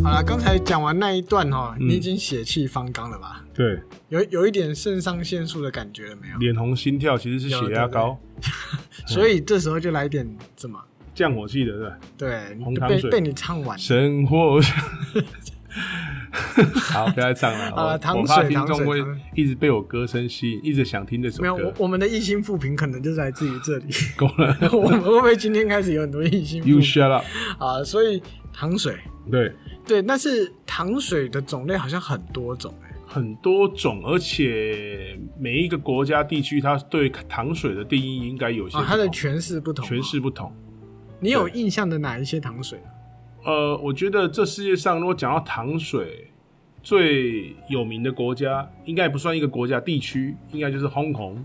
[SPEAKER 2] 好了，刚才讲完那一段哈，
[SPEAKER 1] 嗯
[SPEAKER 2] 你已经血气方刚了吧？
[SPEAKER 1] 对，
[SPEAKER 2] 有有一点肾上腺素的感觉了没有？
[SPEAKER 1] 脸红心跳其实是血压
[SPEAKER 2] 有
[SPEAKER 1] 高，
[SPEAKER 2] 所以这时候就来点怎么？
[SPEAKER 1] 降火气的，对不对。
[SPEAKER 2] 对，
[SPEAKER 1] 红糖
[SPEAKER 2] 被
[SPEAKER 1] 水
[SPEAKER 2] 被你唱完。
[SPEAKER 1] 生活。 好，不要再 唱了。
[SPEAKER 2] 好了
[SPEAKER 1] 我
[SPEAKER 2] 啊糖
[SPEAKER 1] 我怕
[SPEAKER 2] 水
[SPEAKER 1] 听
[SPEAKER 2] 糖
[SPEAKER 1] 众
[SPEAKER 2] 水
[SPEAKER 1] 会
[SPEAKER 2] 糖水
[SPEAKER 1] 一直被我歌声吸引，一直想听这首
[SPEAKER 2] 没有，
[SPEAKER 1] 歌
[SPEAKER 2] 我。我们的一心复评可能就是来自于这里。
[SPEAKER 1] 够 了
[SPEAKER 2] 我们会不会今天开始有很多一心
[SPEAKER 1] ，You
[SPEAKER 2] 复
[SPEAKER 1] shut up。
[SPEAKER 2] 评啊？所以糖水，
[SPEAKER 1] 对，
[SPEAKER 2] 对，但是糖水的种类好像很多种哎、
[SPEAKER 1] 很多种，而且每一个国家地区，它对糖水的定义应该有些
[SPEAKER 2] 啊，它的
[SPEAKER 1] 不同
[SPEAKER 2] 诠释不同、
[SPEAKER 1] 诠释，不同。
[SPEAKER 2] 你有印象的哪一些糖水啊？
[SPEAKER 1] 呃，我觉得这世界上如果讲到糖水最有名的国家，应该也不算一个国家地区，应该就是 Hong Kong，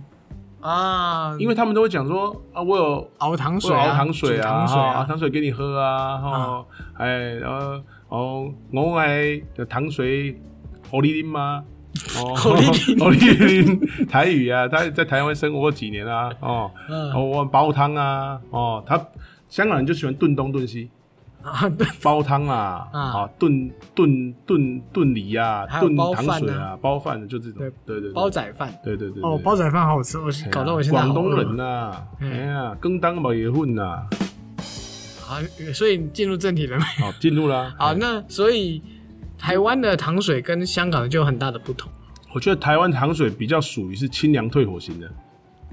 [SPEAKER 2] 啊，
[SPEAKER 1] 因为他们都会讲说啊，我有
[SPEAKER 2] 熬糖
[SPEAKER 1] 我
[SPEAKER 2] 水
[SPEAKER 1] 有
[SPEAKER 2] 啊、
[SPEAKER 1] 熬糖水啊，
[SPEAKER 2] 煮糖水
[SPEAKER 1] 哈熬
[SPEAKER 2] 啊，
[SPEAKER 1] 糖水给你喝啊，哈，哎，然后哦，我爱的糖水火力林吗？ 哦，
[SPEAKER 2] 火力 林
[SPEAKER 1] 火力林，台语啊，他在台湾生活几年啊，哦，
[SPEAKER 2] 嗯
[SPEAKER 1] 哦，我煲汤啊，哦，他香港人就喜欢炖东炖 西，
[SPEAKER 2] 啊，对，
[SPEAKER 1] 煲汤啊，
[SPEAKER 2] 啊
[SPEAKER 1] 啊，炖炖炖炖梨啊
[SPEAKER 2] 还，有
[SPEAKER 1] 炖
[SPEAKER 2] 煲
[SPEAKER 1] 糖
[SPEAKER 2] 饭
[SPEAKER 1] 水
[SPEAKER 2] 啊
[SPEAKER 1] 啊，煲饭的就这种
[SPEAKER 2] 对，
[SPEAKER 1] 对对，
[SPEAKER 2] 煲，仔饭。
[SPEAKER 1] 对对对，
[SPEAKER 2] 哦，
[SPEAKER 1] 对
[SPEAKER 2] 煲仔饭好吃，我
[SPEAKER 1] 哎呀
[SPEAKER 2] 搞到我现在好
[SPEAKER 1] 广东
[SPEAKER 2] 饿
[SPEAKER 1] 人呐，哎
[SPEAKER 2] 嗯
[SPEAKER 1] 呀，跟当老也混呐，
[SPEAKER 2] 啊，所以你进入正题了没？
[SPEAKER 1] 好，哦进入啦，
[SPEAKER 2] 好，那所以台湾的糖水跟香港的就有很大的不同
[SPEAKER 1] 我觉得台湾糖水比较属于是清凉退火型的。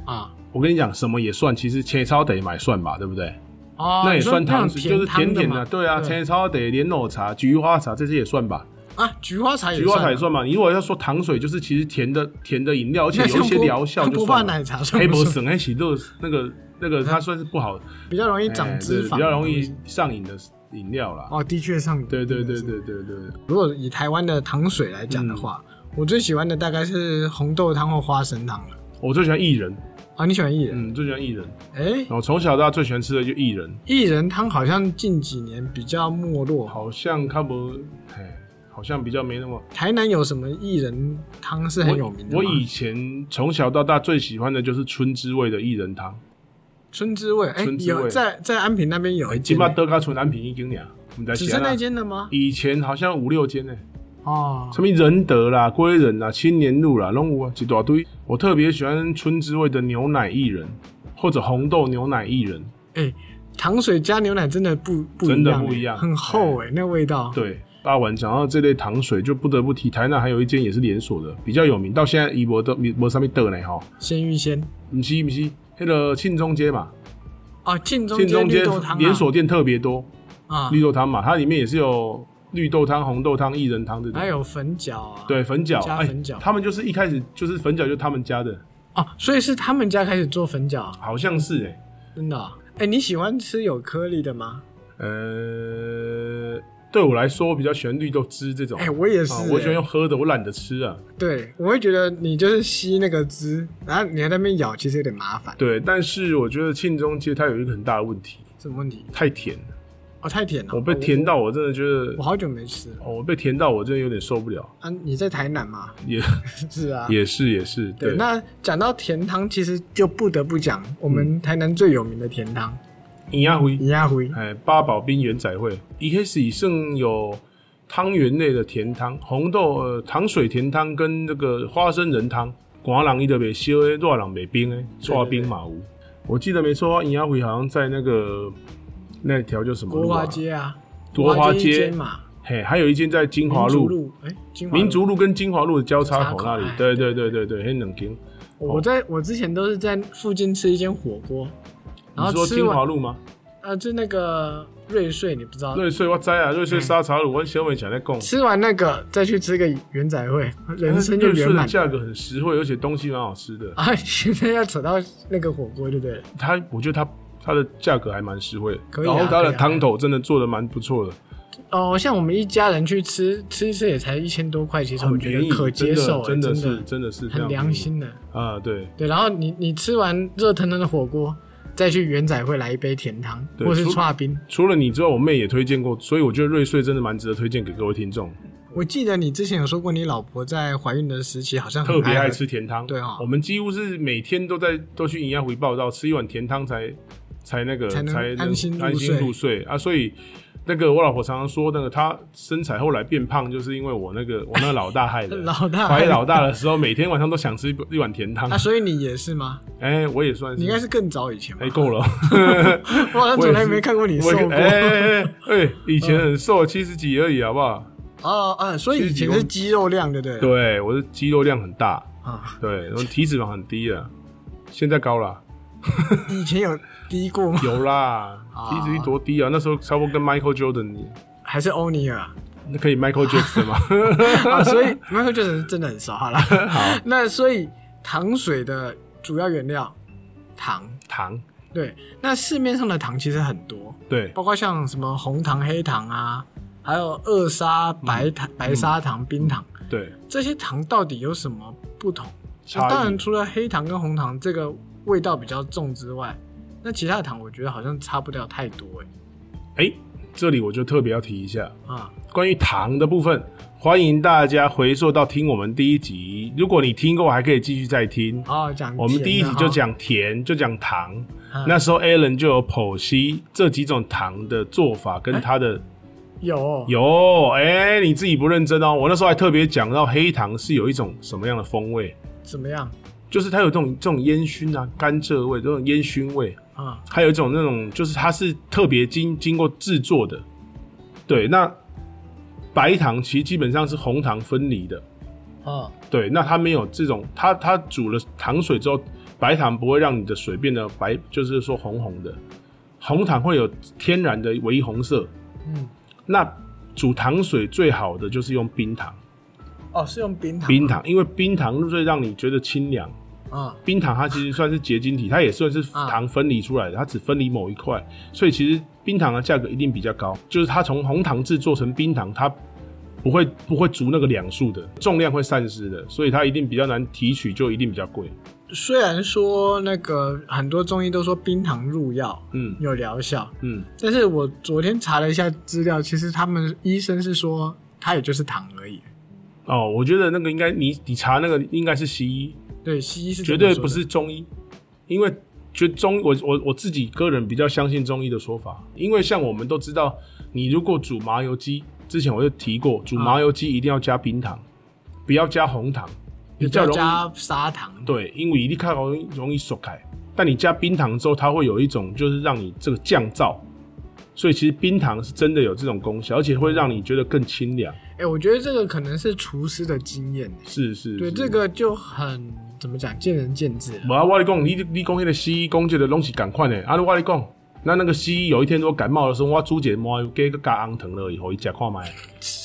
[SPEAKER 2] 啊。
[SPEAKER 1] 我跟你讲，什么也算，其实切超得买算吧，对不对？
[SPEAKER 2] 哦，
[SPEAKER 1] 那也
[SPEAKER 2] 你说
[SPEAKER 1] 算
[SPEAKER 2] 种
[SPEAKER 1] 糖水，就是甜
[SPEAKER 2] 的
[SPEAKER 1] 甜
[SPEAKER 2] 嘛嗯
[SPEAKER 1] 对啊，切超得莲藕茶、菊花茶这些也算吧，
[SPEAKER 2] 啊，菊花茶也
[SPEAKER 1] 菊花茶
[SPEAKER 2] 算
[SPEAKER 1] 也
[SPEAKER 2] 啊，
[SPEAKER 1] 算吧。你如果要说糖水，就是其实甜的甜的饮料，而且
[SPEAKER 2] 那像
[SPEAKER 1] 有一些
[SPEAKER 2] 波
[SPEAKER 1] 疗效
[SPEAKER 2] 像
[SPEAKER 1] 就
[SPEAKER 2] 波霸
[SPEAKER 1] 算了。
[SPEAKER 2] 奶茶算
[SPEAKER 1] 黑
[SPEAKER 2] 不
[SPEAKER 1] 博
[SPEAKER 2] 算？
[SPEAKER 1] 省黑喜乐那个那个，它算是不好，
[SPEAKER 2] 比较容易
[SPEAKER 1] 哎
[SPEAKER 2] 长脂
[SPEAKER 1] 对
[SPEAKER 2] 肪，
[SPEAKER 1] 比较容易上瘾的饮料啦。
[SPEAKER 2] 哦，的确上瘾。
[SPEAKER 1] 对对
[SPEAKER 2] 真
[SPEAKER 1] 对
[SPEAKER 2] 的是
[SPEAKER 1] 对对对，
[SPEAKER 2] 如果以台湾的糖水来讲的话，我最喜欢的大概是红豆汤或花生汤了。
[SPEAKER 1] 我最喜欢薏仁，
[SPEAKER 2] 啊，你喜欢薏仁？
[SPEAKER 1] 嗯，最喜欢薏仁。
[SPEAKER 2] 哎、
[SPEAKER 1] 我从小到大最喜欢吃的就薏仁，
[SPEAKER 2] 薏仁汤好像近几年比较没落。
[SPEAKER 1] 好像它不，哎，好像比较没那么。
[SPEAKER 2] 台南有什么薏仁汤是很有名的
[SPEAKER 1] 我
[SPEAKER 2] 吗
[SPEAKER 1] 以前从小到大最喜欢的就是春之味的薏仁汤，
[SPEAKER 2] 春之味，哎、
[SPEAKER 1] 春之味
[SPEAKER 2] 有在在安平那边有一
[SPEAKER 1] 起
[SPEAKER 2] 间，
[SPEAKER 1] 码德卡纯安平一斤俩，我们在
[SPEAKER 2] 只
[SPEAKER 1] 写
[SPEAKER 2] 剩那间了吗？
[SPEAKER 1] 以前好像有五六间呢、
[SPEAKER 2] 哦，
[SPEAKER 1] 什么仁德啦、归仁啦、青年路啦、龙武啊，一大堆。我特别喜欢春之味的牛奶薏仁，或者红豆牛奶薏仁。
[SPEAKER 2] 哎、糖水加牛奶真的不不
[SPEAKER 1] 真
[SPEAKER 2] 一
[SPEAKER 1] 的
[SPEAKER 2] 样欸，
[SPEAKER 1] 不一样
[SPEAKER 2] 很厚哎、那味道。
[SPEAKER 1] 对，大碗讲到这类糖水，就不得不提台南还有一间也是连锁的，比较有名，到现在伊无都无啥物倒呢吼。
[SPEAKER 2] 鲜芋仙
[SPEAKER 1] 不是不是，迄个庆中街嘛，
[SPEAKER 2] 哦，晋中
[SPEAKER 1] 庆
[SPEAKER 2] 街
[SPEAKER 1] 中
[SPEAKER 2] 绿
[SPEAKER 1] 街
[SPEAKER 2] 豆汤、啊、
[SPEAKER 1] 连锁店特别多，
[SPEAKER 2] 啊，
[SPEAKER 1] 绿豆汤嘛，它里面也是有绿豆汤、红豆汤、薏仁汤这种
[SPEAKER 2] 还。有粉饺啊，
[SPEAKER 1] 对粉饺，
[SPEAKER 2] 加
[SPEAKER 1] 哎
[SPEAKER 2] 粉饺
[SPEAKER 1] 他们就是一开始就是粉饺，就他们家的，
[SPEAKER 2] 哦，所以是他们家开始做粉饺啊，
[SPEAKER 1] 好像是哎、
[SPEAKER 2] 真的啊、哎、你喜欢吃有颗粒的吗？
[SPEAKER 1] 呃，对我来说，我比较喜欢绿豆汁这种。
[SPEAKER 2] 哎、我也是、
[SPEAKER 1] 啊
[SPEAKER 2] 欸，
[SPEAKER 1] 我喜欢用喝的，我懒得吃啊。
[SPEAKER 2] 对，我会觉得你就是吸那个汁，然后你还在那边咬，其实有点麻烦。
[SPEAKER 1] 对，但是我觉得庆中街它有一个很大的问题，
[SPEAKER 2] 什么问题？
[SPEAKER 1] 太甜了。
[SPEAKER 2] 哦，太甜了。
[SPEAKER 1] 我被甜到，我真的觉得
[SPEAKER 2] 我，我，好久没吃了
[SPEAKER 1] 哦我被甜到，我真的有点受不了。
[SPEAKER 2] 啊！你在台南吗？
[SPEAKER 1] 也
[SPEAKER 2] 是啊。
[SPEAKER 1] 也是也是，
[SPEAKER 2] 对，
[SPEAKER 1] 对，
[SPEAKER 2] 那讲到甜汤，其实就不得不讲我们
[SPEAKER 1] 嗯
[SPEAKER 2] 台南最有名的甜汤
[SPEAKER 1] 尹亚辉
[SPEAKER 2] ——银鸭灰。
[SPEAKER 1] 哎，八宝冰圆仔会，一开始剩有汤圆类的甜汤，红豆呃糖水甜汤跟这个花生仁汤，寒人伊就袂烧诶，热人袂冰诶，搓冰嘛有。我记得没错，啊尹亚辉好像在那个那条叫什么
[SPEAKER 2] 国
[SPEAKER 1] 路啊
[SPEAKER 2] 华？街啊，
[SPEAKER 1] 国华
[SPEAKER 2] 一
[SPEAKER 1] 街
[SPEAKER 2] 间，嘛，
[SPEAKER 1] 嘿，还有一间在金华
[SPEAKER 2] 民族
[SPEAKER 1] 路、
[SPEAKER 2] 路，哎，金华路
[SPEAKER 1] 民族路跟金华路的交
[SPEAKER 2] 交
[SPEAKER 1] 叉
[SPEAKER 2] 叉
[SPEAKER 1] 口
[SPEAKER 2] 口
[SPEAKER 1] 那里
[SPEAKER 2] 哎，
[SPEAKER 1] 对对对对对，很冷清。
[SPEAKER 2] 我在我之前都是在附近吃一间火锅，然
[SPEAKER 1] 你
[SPEAKER 2] 后
[SPEAKER 1] 说
[SPEAKER 2] 吃
[SPEAKER 1] 金华
[SPEAKER 2] 完
[SPEAKER 1] 路吗？
[SPEAKER 2] 啊，就那个瑞穗，你不知道。
[SPEAKER 1] 瑞穗我知啊，瑞穗沙茶卤，我小美讲在讲。
[SPEAKER 2] 嗯吃完那个再去吃个圆仔会，人生就
[SPEAKER 1] 哎瑞穗
[SPEAKER 2] 圆
[SPEAKER 1] 的
[SPEAKER 2] 满。
[SPEAKER 1] 价格很实惠，而且东西蛮好吃的。
[SPEAKER 2] 啊，现在要扯到那个火锅，对不对？
[SPEAKER 1] 它，我觉得它它的价格还蛮实惠的，
[SPEAKER 2] 可以啊
[SPEAKER 1] 然后它
[SPEAKER 2] 可以
[SPEAKER 1] 的
[SPEAKER 2] 啊
[SPEAKER 1] 汤头真的做的蛮不错的，
[SPEAKER 2] 哦，像我们一家人去吃，吃一次也才一千多块，其实我
[SPEAKER 1] 很
[SPEAKER 2] 觉
[SPEAKER 1] 便宜
[SPEAKER 2] 得，可接受，
[SPEAKER 1] 真的
[SPEAKER 2] 哎
[SPEAKER 1] 真
[SPEAKER 2] 真
[SPEAKER 1] 是真的是非
[SPEAKER 2] 很
[SPEAKER 1] 常
[SPEAKER 2] 良心的。
[SPEAKER 1] 便宜啊！对
[SPEAKER 2] 对，然后你你吃完热腾腾的火锅，再去圆仔会来一杯甜汤，
[SPEAKER 1] 对
[SPEAKER 2] 或是
[SPEAKER 1] 除
[SPEAKER 2] 串冰。
[SPEAKER 1] 除了你之外，我妹也推荐过，所以我觉得瑞穗真的蛮值得推荐给各位听众，
[SPEAKER 2] 我记得你之前有说过，你老婆在怀孕的时期好像很
[SPEAKER 1] 特别爱
[SPEAKER 2] 喝
[SPEAKER 1] 吃甜汤。
[SPEAKER 2] 对啊
[SPEAKER 1] 我们几乎是每天都在都去营养回报道，吃一碗甜汤才才那个
[SPEAKER 2] 才能
[SPEAKER 1] 才
[SPEAKER 2] 安心入
[SPEAKER 1] 安心
[SPEAKER 2] 睡
[SPEAKER 1] 入睡啊，所以。那个我老婆常常说，那个她身材后来变胖，就是因为我那个我那个老大害的。
[SPEAKER 2] 老大
[SPEAKER 1] 怀老大的时候，每天晚上都想吃一一碗甜汤
[SPEAKER 2] 啊，。所以你也是吗？
[SPEAKER 1] 哎、我也算是，
[SPEAKER 2] 你应该是更早以前吧
[SPEAKER 1] 哎？够了， 我
[SPEAKER 2] 我好像
[SPEAKER 1] 也
[SPEAKER 2] 从来
[SPEAKER 1] 是
[SPEAKER 2] 没看过你
[SPEAKER 1] 我
[SPEAKER 2] 瘦
[SPEAKER 1] 也
[SPEAKER 2] 过。
[SPEAKER 1] 哎哎哎哎，以前很瘦，七十几而已，好不好？
[SPEAKER 2] 哦哦，所以以前是肌肉量，对不对？
[SPEAKER 1] 对，我的肌肉量很大，
[SPEAKER 2] 啊，
[SPEAKER 1] 对，然后体脂肪很低啊，现在高啦，
[SPEAKER 2] 以前有低过吗？
[SPEAKER 1] 有啦，
[SPEAKER 2] 啊
[SPEAKER 1] 体脂率多低啊？那时候差不多跟 Michael Jordan，一样
[SPEAKER 2] 还是欧尼尔啊？
[SPEAKER 1] 那可以 Michael Jackson 吗？
[SPEAKER 2] 啊所以 Michael Jordan 是真的很少。好了，好，那所以糖水的主要原料糖，
[SPEAKER 1] 糖，
[SPEAKER 2] 对，那市面上的糖其实很多，
[SPEAKER 1] 对，
[SPEAKER 2] 包括像什么红糖、黑糖啊，还有二砂、白
[SPEAKER 1] 嗯
[SPEAKER 2] 糖、白砂糖、冰糖，
[SPEAKER 1] 对，
[SPEAKER 2] 这些糖到底有什么不同？
[SPEAKER 1] 差
[SPEAKER 2] 那哦当
[SPEAKER 1] 异
[SPEAKER 2] 然，除了黑糖跟红糖这个味道比较重之外，那其他的糖我觉得好像差不了太多哎、
[SPEAKER 1] 哎、这里我就特别要提一下，
[SPEAKER 2] 啊，
[SPEAKER 1] 关于糖的部分，欢迎大家回溯到听我们第一集。如果你听过，还可以继续再听。
[SPEAKER 2] 哦，讲
[SPEAKER 1] 我们
[SPEAKER 2] 甜
[SPEAKER 1] 第一
[SPEAKER 2] 的
[SPEAKER 1] 集就
[SPEAKER 2] 哈
[SPEAKER 1] 讲甜，就讲糖。
[SPEAKER 2] 嗯
[SPEAKER 1] 那时候 Alan 就有剖析这几种糖的做法跟它的
[SPEAKER 2] 哎有
[SPEAKER 1] 有。哎，你自己不认真哦。我那时候还特别讲到黑糖是有一种什么样的风味，
[SPEAKER 2] 怎么样
[SPEAKER 1] 就是它有这种这种烟熏啊、甘蔗味、这种烟熏味，
[SPEAKER 2] 啊？
[SPEAKER 1] 还有一种那种就是它是特别经经过制作的。对，那白糖其实基本上是红糖分离的。
[SPEAKER 2] 啊，
[SPEAKER 1] 对，那它没有这种，它它煮了糖水之后，白糖不会让你的水变得白，就是说红红的，红糖会有天然的微红色。
[SPEAKER 2] 嗯，
[SPEAKER 1] 那煮糖水最好的就是用冰糖，
[SPEAKER 2] 哦，是用冰糖
[SPEAKER 1] 冰糖，因为冰糖最让你觉得清凉。
[SPEAKER 2] 啊，
[SPEAKER 1] 冰糖它其实算是结晶体，它也算是
[SPEAKER 2] 啊
[SPEAKER 1] 糖分离出来的，它只分离某一块，所以其实冰糖的价格一定比较高。就是它从红糖制做成冰糖，它不会不会足那个两数的重量会散失的，所以它一定比较难提取，就一定比较贵。
[SPEAKER 2] 虽然说那个很多中医都说冰糖入药
[SPEAKER 1] 嗯
[SPEAKER 2] 有疗效，
[SPEAKER 1] 嗯，
[SPEAKER 2] 但是我昨天查了一下资料，其实他们医生是说它也就是糖而已。
[SPEAKER 1] 哦，我觉得那个应该你你查那个应该是西医，
[SPEAKER 2] 对，西医是
[SPEAKER 1] 绝
[SPEAKER 2] 这么
[SPEAKER 1] 对
[SPEAKER 2] 说
[SPEAKER 1] 不
[SPEAKER 2] 的
[SPEAKER 1] 是中医，因为觉得中我我我自己个人比较相信中医的说法，因为像我们都知道，你如果煮麻油鸡，之前我就提过，煮麻油鸡一定要加冰糖，不要加红糖，比
[SPEAKER 2] 比
[SPEAKER 1] 较
[SPEAKER 2] 较
[SPEAKER 1] 容易
[SPEAKER 2] 加砂糖。
[SPEAKER 1] 对，因为你看容易容易熟开。但你加冰糖之后，它会有一种就是让你这个降燥，所以其实冰糖是真的有这种功效，而且会让你觉得更清凉。
[SPEAKER 2] 哎、我觉得这个可能是厨师的经验，
[SPEAKER 1] 是是，
[SPEAKER 2] 对
[SPEAKER 1] 是
[SPEAKER 2] 这。个就很怎么讲，见仁见智了。
[SPEAKER 1] 啊我我跟你讲，你你讲那个西医讲这个东西赶快呢。啊，我跟你讲，那那个西医有一天如果感冒的时候，我煮一个麻油给个加红糖了以后，伊吃看麦，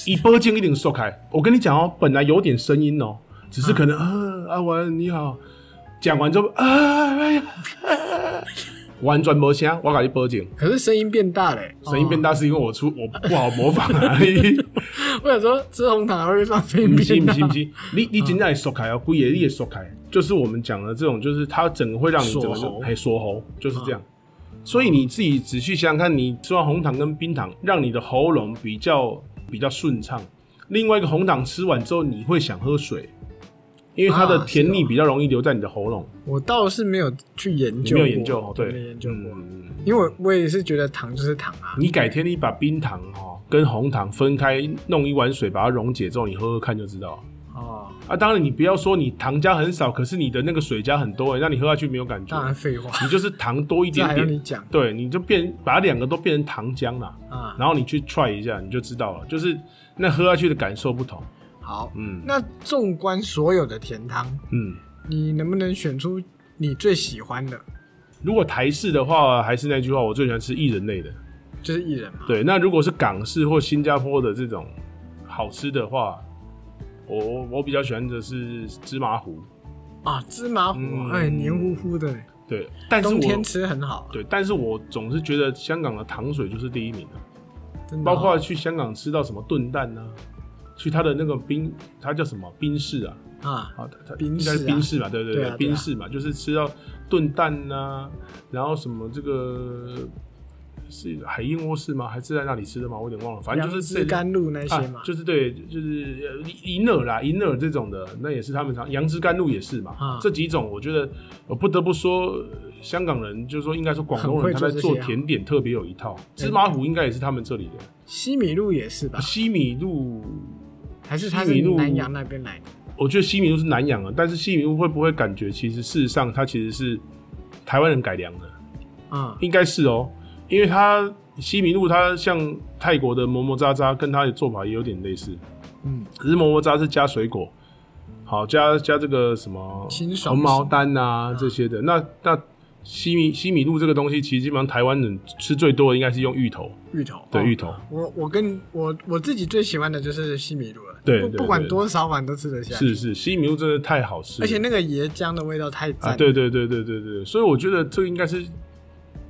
[SPEAKER 1] 伊保证一定缩开。我跟你讲哦，本来有点声音哦，只是可能、啊，阿文你好，讲完之后啊，哎呀，啊完全没声，我给你保证。
[SPEAKER 2] 可是声音变大嘞、
[SPEAKER 1] 声音变大是因为我出我不好模仿啊！
[SPEAKER 2] 哦。我想说吃红糖还会让声音
[SPEAKER 1] 不是
[SPEAKER 2] 变
[SPEAKER 1] 不
[SPEAKER 2] 大，
[SPEAKER 1] 是不是，你你真的缩开哦，龟也你也缩开，就是我们讲的这种，就是它整个会让你整个
[SPEAKER 2] 锁喉嗯
[SPEAKER 1] 就哎锁喉，就是这样。所以你自己仔细想想看，你吃完红糖跟冰糖，让你的喉咙比较比较顺畅。另外一个红糖吃完之后，你会想喝水，因为它的
[SPEAKER 2] 啊
[SPEAKER 1] 甜
[SPEAKER 2] 是
[SPEAKER 1] 腻
[SPEAKER 2] 哦
[SPEAKER 1] 比较容易留在你的喉咙。
[SPEAKER 2] 我倒是没有去研
[SPEAKER 1] 你
[SPEAKER 2] 究
[SPEAKER 1] 没
[SPEAKER 2] 过，
[SPEAKER 1] 有研究哦，对，
[SPEAKER 2] 没研究过，
[SPEAKER 1] 嗯嗯嗯
[SPEAKER 2] 因为我我也是觉得糖就是糖啊。
[SPEAKER 1] 你改天你把冰糖哦跟红糖分开，弄一碗水把它溶解之后，你喝喝看就知道。
[SPEAKER 2] 哦，
[SPEAKER 1] 啊，当然你不要说你糖加很少，可是你的那个水加很多、欸，让你喝下去没有感觉
[SPEAKER 2] 当，然废话，
[SPEAKER 1] 你就是糖多一
[SPEAKER 2] 这
[SPEAKER 1] 点
[SPEAKER 2] 还让你
[SPEAKER 1] 点，
[SPEAKER 2] 讲
[SPEAKER 1] 对，你就变把两个都变成糖浆了，
[SPEAKER 2] 啊？
[SPEAKER 1] 然后你去 try 一下，你就知道了，就是那喝下去的感受不同，
[SPEAKER 2] 好，
[SPEAKER 1] 嗯
[SPEAKER 2] 那纵观所有的甜汤，
[SPEAKER 1] 嗯。
[SPEAKER 2] 你能不能选出你最喜欢的？
[SPEAKER 1] 如果台式的话，还是那句话，我最喜欢吃薏仁类的。
[SPEAKER 2] 就是薏仁嘛。
[SPEAKER 1] 对，那如果是港式或新加坡的这种好吃的话，我我比较喜欢的是芝麻糊。
[SPEAKER 2] 啊，芝麻糊
[SPEAKER 1] 嗯，
[SPEAKER 2] 哎，黏糊糊的，哎
[SPEAKER 1] 对，但是我
[SPEAKER 2] 冬天吃很好，啊
[SPEAKER 1] 对，但是我总是觉得香港的糖水就是第一名啊的。
[SPEAKER 2] 真的。
[SPEAKER 1] 包括去香港吃到什么炖蛋啊，去他的那个冰，他叫什么冰室啊？
[SPEAKER 2] 啊，
[SPEAKER 1] 啊，他他
[SPEAKER 2] 冰
[SPEAKER 1] 应
[SPEAKER 2] 室啊
[SPEAKER 1] 该是冰室嘛，对对
[SPEAKER 2] 对啊对啊
[SPEAKER 1] 冰室嘛，就是吃到炖蛋呐、然后什么这个是海燕窝是吗？还是在那里吃的吗？我有点忘了，反正就是
[SPEAKER 2] 吃
[SPEAKER 1] 这
[SPEAKER 2] 甘露那些嘛
[SPEAKER 1] 啊，，就是对，就是呃银耳啦，银耳这种的，那也是他们常杨枝甘露也是嘛。
[SPEAKER 2] 啊
[SPEAKER 1] 这几种我觉得，我不得不说，呃香港人就是说应该说广东
[SPEAKER 2] 很
[SPEAKER 1] 人
[SPEAKER 2] 会
[SPEAKER 1] 他
[SPEAKER 2] 做
[SPEAKER 1] 在
[SPEAKER 2] 这
[SPEAKER 1] 做
[SPEAKER 2] 些啊
[SPEAKER 1] 甜点特别有一套，芝麻糊应该也是他们这里的。
[SPEAKER 2] 西米露也是吧？
[SPEAKER 1] 西米露，
[SPEAKER 2] 还是它
[SPEAKER 1] 西
[SPEAKER 2] 是
[SPEAKER 1] 米露
[SPEAKER 2] 南洋那边来的？
[SPEAKER 1] 我觉得西米露是南洋的，但是西米露会不会感觉其实事实上它其实是台湾人改良的？
[SPEAKER 2] 啊，
[SPEAKER 1] 应该是哦，因为它西米露它像泰国的磨磨渣渣，跟它的做法也有点类似，
[SPEAKER 2] 嗯，
[SPEAKER 1] 只是磨磨渣是加水果，好加加这个什么
[SPEAKER 2] 清爽
[SPEAKER 1] 红毛丹啊这些的。那那西米西米露这个东西，其实基本上台湾人吃最多的应该是用芋头，
[SPEAKER 2] 芋头。
[SPEAKER 1] 对
[SPEAKER 2] 哦
[SPEAKER 1] 芋头。
[SPEAKER 2] 我我跟我我自己最喜欢的就是西米露了，
[SPEAKER 1] 对
[SPEAKER 2] 不
[SPEAKER 1] 对
[SPEAKER 2] 不管
[SPEAKER 1] 对
[SPEAKER 2] 多少碗都吃得下，
[SPEAKER 1] 是是，西米露真的太好吃了，
[SPEAKER 2] 而且那个椰浆的味道太
[SPEAKER 1] 啊，
[SPEAKER 2] 赞了，
[SPEAKER 1] 对对对对对对，所以我觉得这个应该是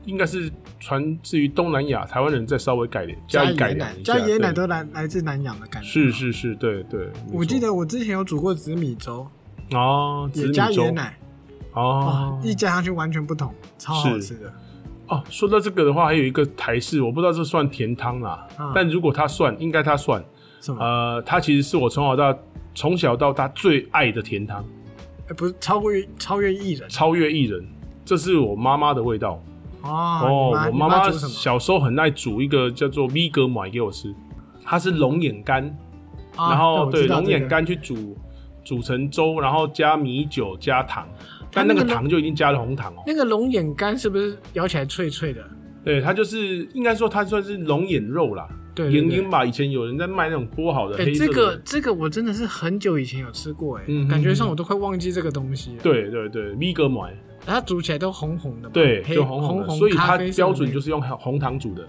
[SPEAKER 1] 应该是传至于东南亚台湾人再稍微改良，
[SPEAKER 2] 加
[SPEAKER 1] 以改
[SPEAKER 2] 椰
[SPEAKER 1] 良
[SPEAKER 2] 奶，
[SPEAKER 1] 一
[SPEAKER 2] 加
[SPEAKER 1] 下
[SPEAKER 2] 椰
[SPEAKER 1] 对
[SPEAKER 2] 奶都来来自南洋的感觉。
[SPEAKER 1] 是，是是，对对，
[SPEAKER 2] 我记得我之前有煮过紫米粥，
[SPEAKER 1] 得哦，紫
[SPEAKER 2] 也
[SPEAKER 1] 米
[SPEAKER 2] 加椰
[SPEAKER 1] 粥
[SPEAKER 2] 奶，哇
[SPEAKER 1] 哦，
[SPEAKER 2] 一加上去完全不同，超好吃的。
[SPEAKER 1] 哦，说到这个的话，还有一个台式，我不知道这算甜汤啦，
[SPEAKER 2] 嗯
[SPEAKER 1] 但如果它算，应该它算，
[SPEAKER 2] 什么？
[SPEAKER 1] 呃，它其实是我从小到从小到大最爱的甜汤，
[SPEAKER 2] 呃不是超过于超越艺人
[SPEAKER 1] 超越薏仁，这是我妈妈的味道
[SPEAKER 2] 哦
[SPEAKER 1] 哦
[SPEAKER 2] 你，
[SPEAKER 1] 我
[SPEAKER 2] 你
[SPEAKER 1] 妈妈
[SPEAKER 2] 煮什么？
[SPEAKER 1] 小时候很爱煮一个叫做米格买给我吃，它是龙眼干。
[SPEAKER 2] 啊
[SPEAKER 1] 然后
[SPEAKER 2] 我
[SPEAKER 1] 对
[SPEAKER 2] 知道
[SPEAKER 1] 龙
[SPEAKER 2] 这个
[SPEAKER 1] 眼干去煮煮成粥，然后加米酒加糖，但那
[SPEAKER 2] 那
[SPEAKER 1] 个
[SPEAKER 2] 个
[SPEAKER 1] 糖就已经加了红糖哦。
[SPEAKER 2] 那个龙眼干是不是咬起来脆脆的？
[SPEAKER 1] 对，它就是应该说它算是龙眼肉啦，
[SPEAKER 2] 对对
[SPEAKER 1] 眼
[SPEAKER 2] 对
[SPEAKER 1] 眼。吧。以前有人在卖那种剥好的
[SPEAKER 2] 哎、
[SPEAKER 1] 黑色
[SPEAKER 2] 这
[SPEAKER 1] 的，
[SPEAKER 2] 个这个我真的是很久以前有吃过、哎、
[SPEAKER 1] 嗯
[SPEAKER 2] 感觉上我都快忘记这个东西了。，
[SPEAKER 1] 对对对，米格买，
[SPEAKER 2] 它煮起来都红红的嘛，
[SPEAKER 1] 对，
[SPEAKER 2] 黑
[SPEAKER 1] 就
[SPEAKER 2] 红
[SPEAKER 1] 红红的，
[SPEAKER 2] 红
[SPEAKER 1] 所以它
[SPEAKER 2] 咖啡色的
[SPEAKER 1] 标准
[SPEAKER 2] 那
[SPEAKER 1] 就
[SPEAKER 2] 个
[SPEAKER 1] 是用红糖煮的。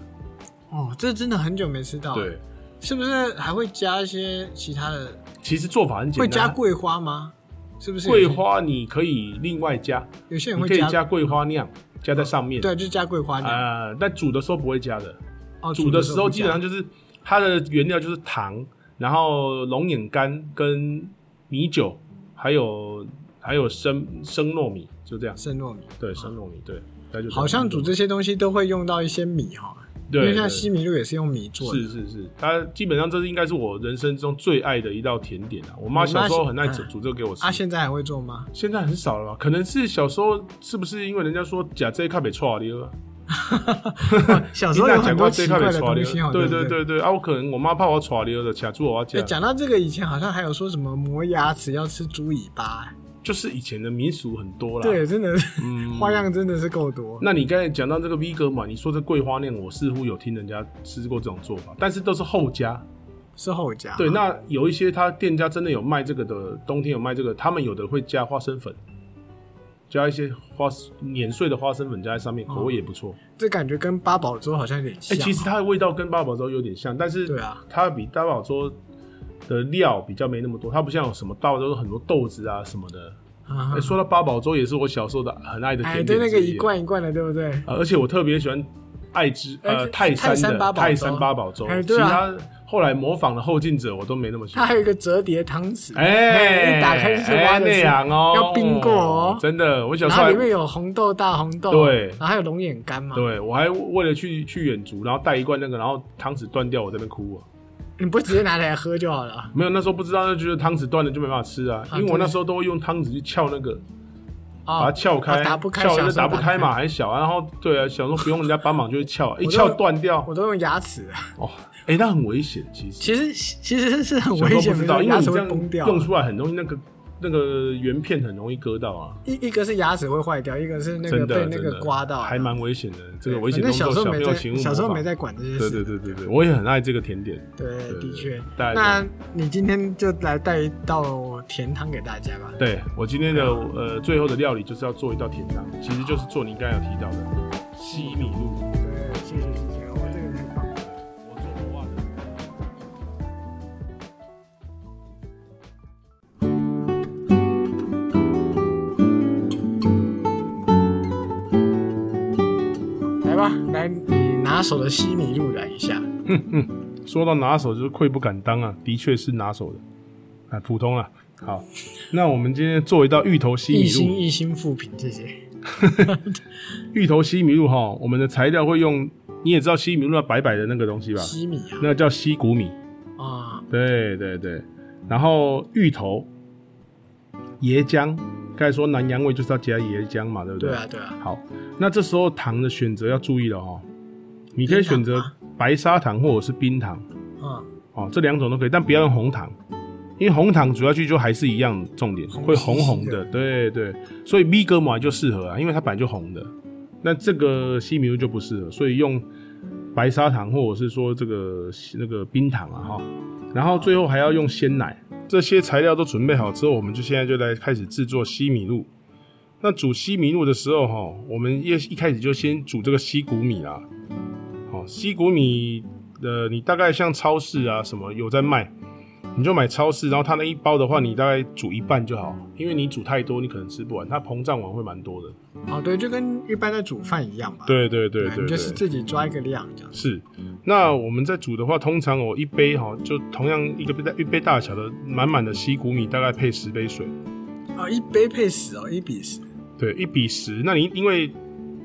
[SPEAKER 2] 哦，这真的很久没吃到，，
[SPEAKER 1] 对，
[SPEAKER 2] 是不是还会加一些其他的？
[SPEAKER 1] 其实做法很简
[SPEAKER 2] 会
[SPEAKER 1] 单，啊
[SPEAKER 2] 加桂花吗？是不是有
[SPEAKER 1] 桂
[SPEAKER 2] 些？
[SPEAKER 1] 花你可以另外加，
[SPEAKER 2] 有些人
[SPEAKER 1] 你
[SPEAKER 2] 会
[SPEAKER 1] 可以加桂花酿加在上面。
[SPEAKER 2] 对，就加桂花的。
[SPEAKER 1] 啊，但煮的时候不会加的。
[SPEAKER 2] 哦，
[SPEAKER 1] 煮的时候
[SPEAKER 2] 不加
[SPEAKER 1] 基本上就是它的原料就是糖，然后龙眼干跟米酒，还有还有生生糯米，就这样。
[SPEAKER 2] 生糯米，
[SPEAKER 1] 对，生糯米，对，那就
[SPEAKER 2] 啊好像煮这些东西都会用到一些米哈，因
[SPEAKER 1] 对，
[SPEAKER 2] 为
[SPEAKER 1] 对
[SPEAKER 2] 像西米露也是用米做的。
[SPEAKER 1] 是是是，它基本上这是应该是我人生中最爱的一道甜点啊！我妈小时候很爱煮
[SPEAKER 2] 嗯
[SPEAKER 1] 煮这个给我吃，
[SPEAKER 2] 啊，现在还会做吗？
[SPEAKER 1] 现在很少了吧？可能是小时候是不是因为人家说假这一卡北啊错了，
[SPEAKER 2] 小时
[SPEAKER 1] 你
[SPEAKER 2] 候
[SPEAKER 1] 那
[SPEAKER 2] 啊有
[SPEAKER 1] 假
[SPEAKER 2] 很
[SPEAKER 1] 过这
[SPEAKER 2] 多奇
[SPEAKER 1] 一卡
[SPEAKER 2] 怪
[SPEAKER 1] 北
[SPEAKER 2] 的
[SPEAKER 1] 错
[SPEAKER 2] 东西哦，
[SPEAKER 1] 了，对
[SPEAKER 2] 对
[SPEAKER 1] 对
[SPEAKER 2] 不。
[SPEAKER 1] 对对啊！我可能我妈怕我错了的，卡住我
[SPEAKER 2] 哎
[SPEAKER 1] 假。
[SPEAKER 2] 讲到这个，以前好像还有说什么磨牙齿要吃猪尾巴，
[SPEAKER 1] 就是以前的民俗很多啦。
[SPEAKER 2] 对，，真的是、
[SPEAKER 1] 嗯
[SPEAKER 2] 花样真的是够多。
[SPEAKER 1] 那你刚才讲到这个 V 哥嘛，你说这桂花酿，我似乎有听人家吃过这种做法，但是都是后加。
[SPEAKER 2] 是后加
[SPEAKER 1] 对，那有一些他店家真的有卖这个的，冬天有卖这个，他们有的会加花生粉，加一些花碾碎的花生粉加在上面，
[SPEAKER 2] 啊
[SPEAKER 1] 口味也不错。
[SPEAKER 2] 这感觉跟八宝粥好像有点
[SPEAKER 1] 哎、
[SPEAKER 2] 像。啊
[SPEAKER 1] 其实它的味道跟八宝粥有点像，但是
[SPEAKER 2] 对啊，
[SPEAKER 1] 它比八宝粥的料比较没那么多，它不像有什么八宝粥很多豆子啊什么的。
[SPEAKER 2] 啊
[SPEAKER 1] 哎，说到八宝粥，也是我小时候的很爱的
[SPEAKER 2] 哎，
[SPEAKER 1] 甜点
[SPEAKER 2] 对，那个
[SPEAKER 1] 之
[SPEAKER 2] 一罐一罐的，对不对？
[SPEAKER 1] 呃，而且我特别喜欢爱之
[SPEAKER 2] 哎
[SPEAKER 1] 呃
[SPEAKER 2] 这
[SPEAKER 1] 泰
[SPEAKER 2] 泰
[SPEAKER 1] 山
[SPEAKER 2] 山
[SPEAKER 1] 的
[SPEAKER 2] 八宝粥
[SPEAKER 1] 泰山八宝粥，
[SPEAKER 2] 哎
[SPEAKER 1] 其
[SPEAKER 2] 对啊
[SPEAKER 1] 他后来模仿的后进者我都没那么喜
[SPEAKER 2] 它
[SPEAKER 1] 欢
[SPEAKER 2] 还。有一个折叠汤匙，
[SPEAKER 1] 哎、
[SPEAKER 2] 一打开就是挖
[SPEAKER 1] 哎
[SPEAKER 2] 的
[SPEAKER 1] 那
[SPEAKER 2] 是，
[SPEAKER 1] 样哦，
[SPEAKER 2] 要冰过哦
[SPEAKER 1] 真的，我小
[SPEAKER 2] 然
[SPEAKER 1] 时候
[SPEAKER 2] 后
[SPEAKER 1] 还
[SPEAKER 2] 里面有红豆大红豆，
[SPEAKER 1] 对
[SPEAKER 2] 然后还有龙眼干嘛。
[SPEAKER 1] 对我还为了去去远足，然后带一罐那个，然后汤匙断掉，我在那边哭啊。
[SPEAKER 2] 你不直接拿来喝就好了。
[SPEAKER 1] 没有，那时候不知道，就觉得汤匙断了就没办法吃啊，因为我那时候都会用汤匙去撬那个，把它
[SPEAKER 2] 哦，
[SPEAKER 1] 撬开，
[SPEAKER 2] 啊打不开
[SPEAKER 1] 撬
[SPEAKER 2] 小
[SPEAKER 1] 就
[SPEAKER 2] 时候
[SPEAKER 1] 打不
[SPEAKER 2] 打不
[SPEAKER 1] 开嘛，
[SPEAKER 2] 开
[SPEAKER 1] 还小啊，然后对啊，小时候不用人家帮忙就会撬，一
[SPEAKER 2] 我都
[SPEAKER 1] 撬断掉，
[SPEAKER 2] 我都用牙齿，
[SPEAKER 1] 哦，哎、那很危险，其实
[SPEAKER 2] 其实其实是很
[SPEAKER 1] 小时
[SPEAKER 2] 危
[SPEAKER 1] 候
[SPEAKER 2] 险
[SPEAKER 1] 不知
[SPEAKER 2] 的，
[SPEAKER 1] 道，因为
[SPEAKER 2] 牙
[SPEAKER 1] 你
[SPEAKER 2] 齿
[SPEAKER 1] 这
[SPEAKER 2] 会
[SPEAKER 1] 样
[SPEAKER 2] 崩掉。啊
[SPEAKER 1] 用出来很容易那个那个圆片很容易割到啊，
[SPEAKER 2] 一一个是牙齿会坏掉，一个是那
[SPEAKER 1] 真
[SPEAKER 2] 个
[SPEAKER 1] 的啊
[SPEAKER 2] 被那
[SPEAKER 1] 真
[SPEAKER 2] 个
[SPEAKER 1] 的
[SPEAKER 2] 刮到，啊
[SPEAKER 1] 还蛮危险的。这
[SPEAKER 2] 对
[SPEAKER 1] 个危险
[SPEAKER 2] 反
[SPEAKER 1] 动作，
[SPEAKER 2] 正小时候
[SPEAKER 1] 朋
[SPEAKER 2] 没
[SPEAKER 1] 友请勿
[SPEAKER 2] 在
[SPEAKER 1] 模
[SPEAKER 2] 小时候
[SPEAKER 1] 仿
[SPEAKER 2] 没在管这些
[SPEAKER 1] 对
[SPEAKER 2] 事。
[SPEAKER 1] 对对对对，我也很爱这个甜点。
[SPEAKER 2] 对
[SPEAKER 1] 对
[SPEAKER 2] 的确。
[SPEAKER 1] 大概
[SPEAKER 2] 那你今天就来带一道甜汤给大家吧。
[SPEAKER 1] 对我今天的呃最后的料理就是要做一道甜汤，其实就是做你刚才有提到的西米露。
[SPEAKER 2] 对，谢谢谢谢，我这个太棒了。
[SPEAKER 1] 我做国外的。
[SPEAKER 2] 来吧，来你拿手的西米露来一下。
[SPEAKER 1] 说到拿手就是愧不敢当啊，的确是拿手的，啊，普通啊。好，那我们今天做一道芋头西
[SPEAKER 2] 一
[SPEAKER 1] 米露
[SPEAKER 2] 心。一心复评，谢谢。
[SPEAKER 1] 芋头西米露哈，我们的材料会用，你也知道西米露那白白的那个东西吧？
[SPEAKER 2] 西米啊，
[SPEAKER 1] 那个叫西谷米。
[SPEAKER 2] 啊、
[SPEAKER 1] 对对对，然后芋头、椰浆，刚才说南洋味就是要加椰浆嘛，对不对？
[SPEAKER 2] 对啊对啊，
[SPEAKER 1] 好，那这时候糖的选择要注意了哦，你可以选择
[SPEAKER 2] 冰糖
[SPEAKER 1] 白砂糖或者是冰糖
[SPEAKER 2] 嗯，
[SPEAKER 1] 哦，这两种都可以，但不要用红糖，因为红糖主要去就还是一样，重点
[SPEAKER 2] 红
[SPEAKER 1] 会
[SPEAKER 2] 兮
[SPEAKER 1] 红
[SPEAKER 2] 兮
[SPEAKER 1] 红的
[SPEAKER 2] 的，
[SPEAKER 1] 对对，所以米格玛就适合啊，因为它本来就红的，那这个西米露就不适合，所以用白砂糖或者是说这个那个冰糖啊哈，然后最后还要用鲜奶，这些材料都准备好之后，我们就现在就来开始制作西米露。那煮西米露的时候，哈，我们一一开始就先煮这个西谷米啊啦。好，西谷米呃，你大概像超市啊什么有在卖，你就买超市，然后它那一包的话，你大概煮一半就好，因为你煮太多，你可能吃不完，它膨胀完会蛮多的。
[SPEAKER 2] 哦对，就跟一般的煮饭一样吧。
[SPEAKER 1] 对对对
[SPEAKER 2] 哎
[SPEAKER 1] 对
[SPEAKER 2] 你
[SPEAKER 1] 对，
[SPEAKER 2] 就是自己抓一个量这样。
[SPEAKER 1] 是。那我们在煮的话，通常我一杯哈，就同样一个杯大一杯大小的满满的西谷米，大概配十杯水。
[SPEAKER 2] 哦，一杯配十哦，一比十。
[SPEAKER 1] 对，一比十。那你因为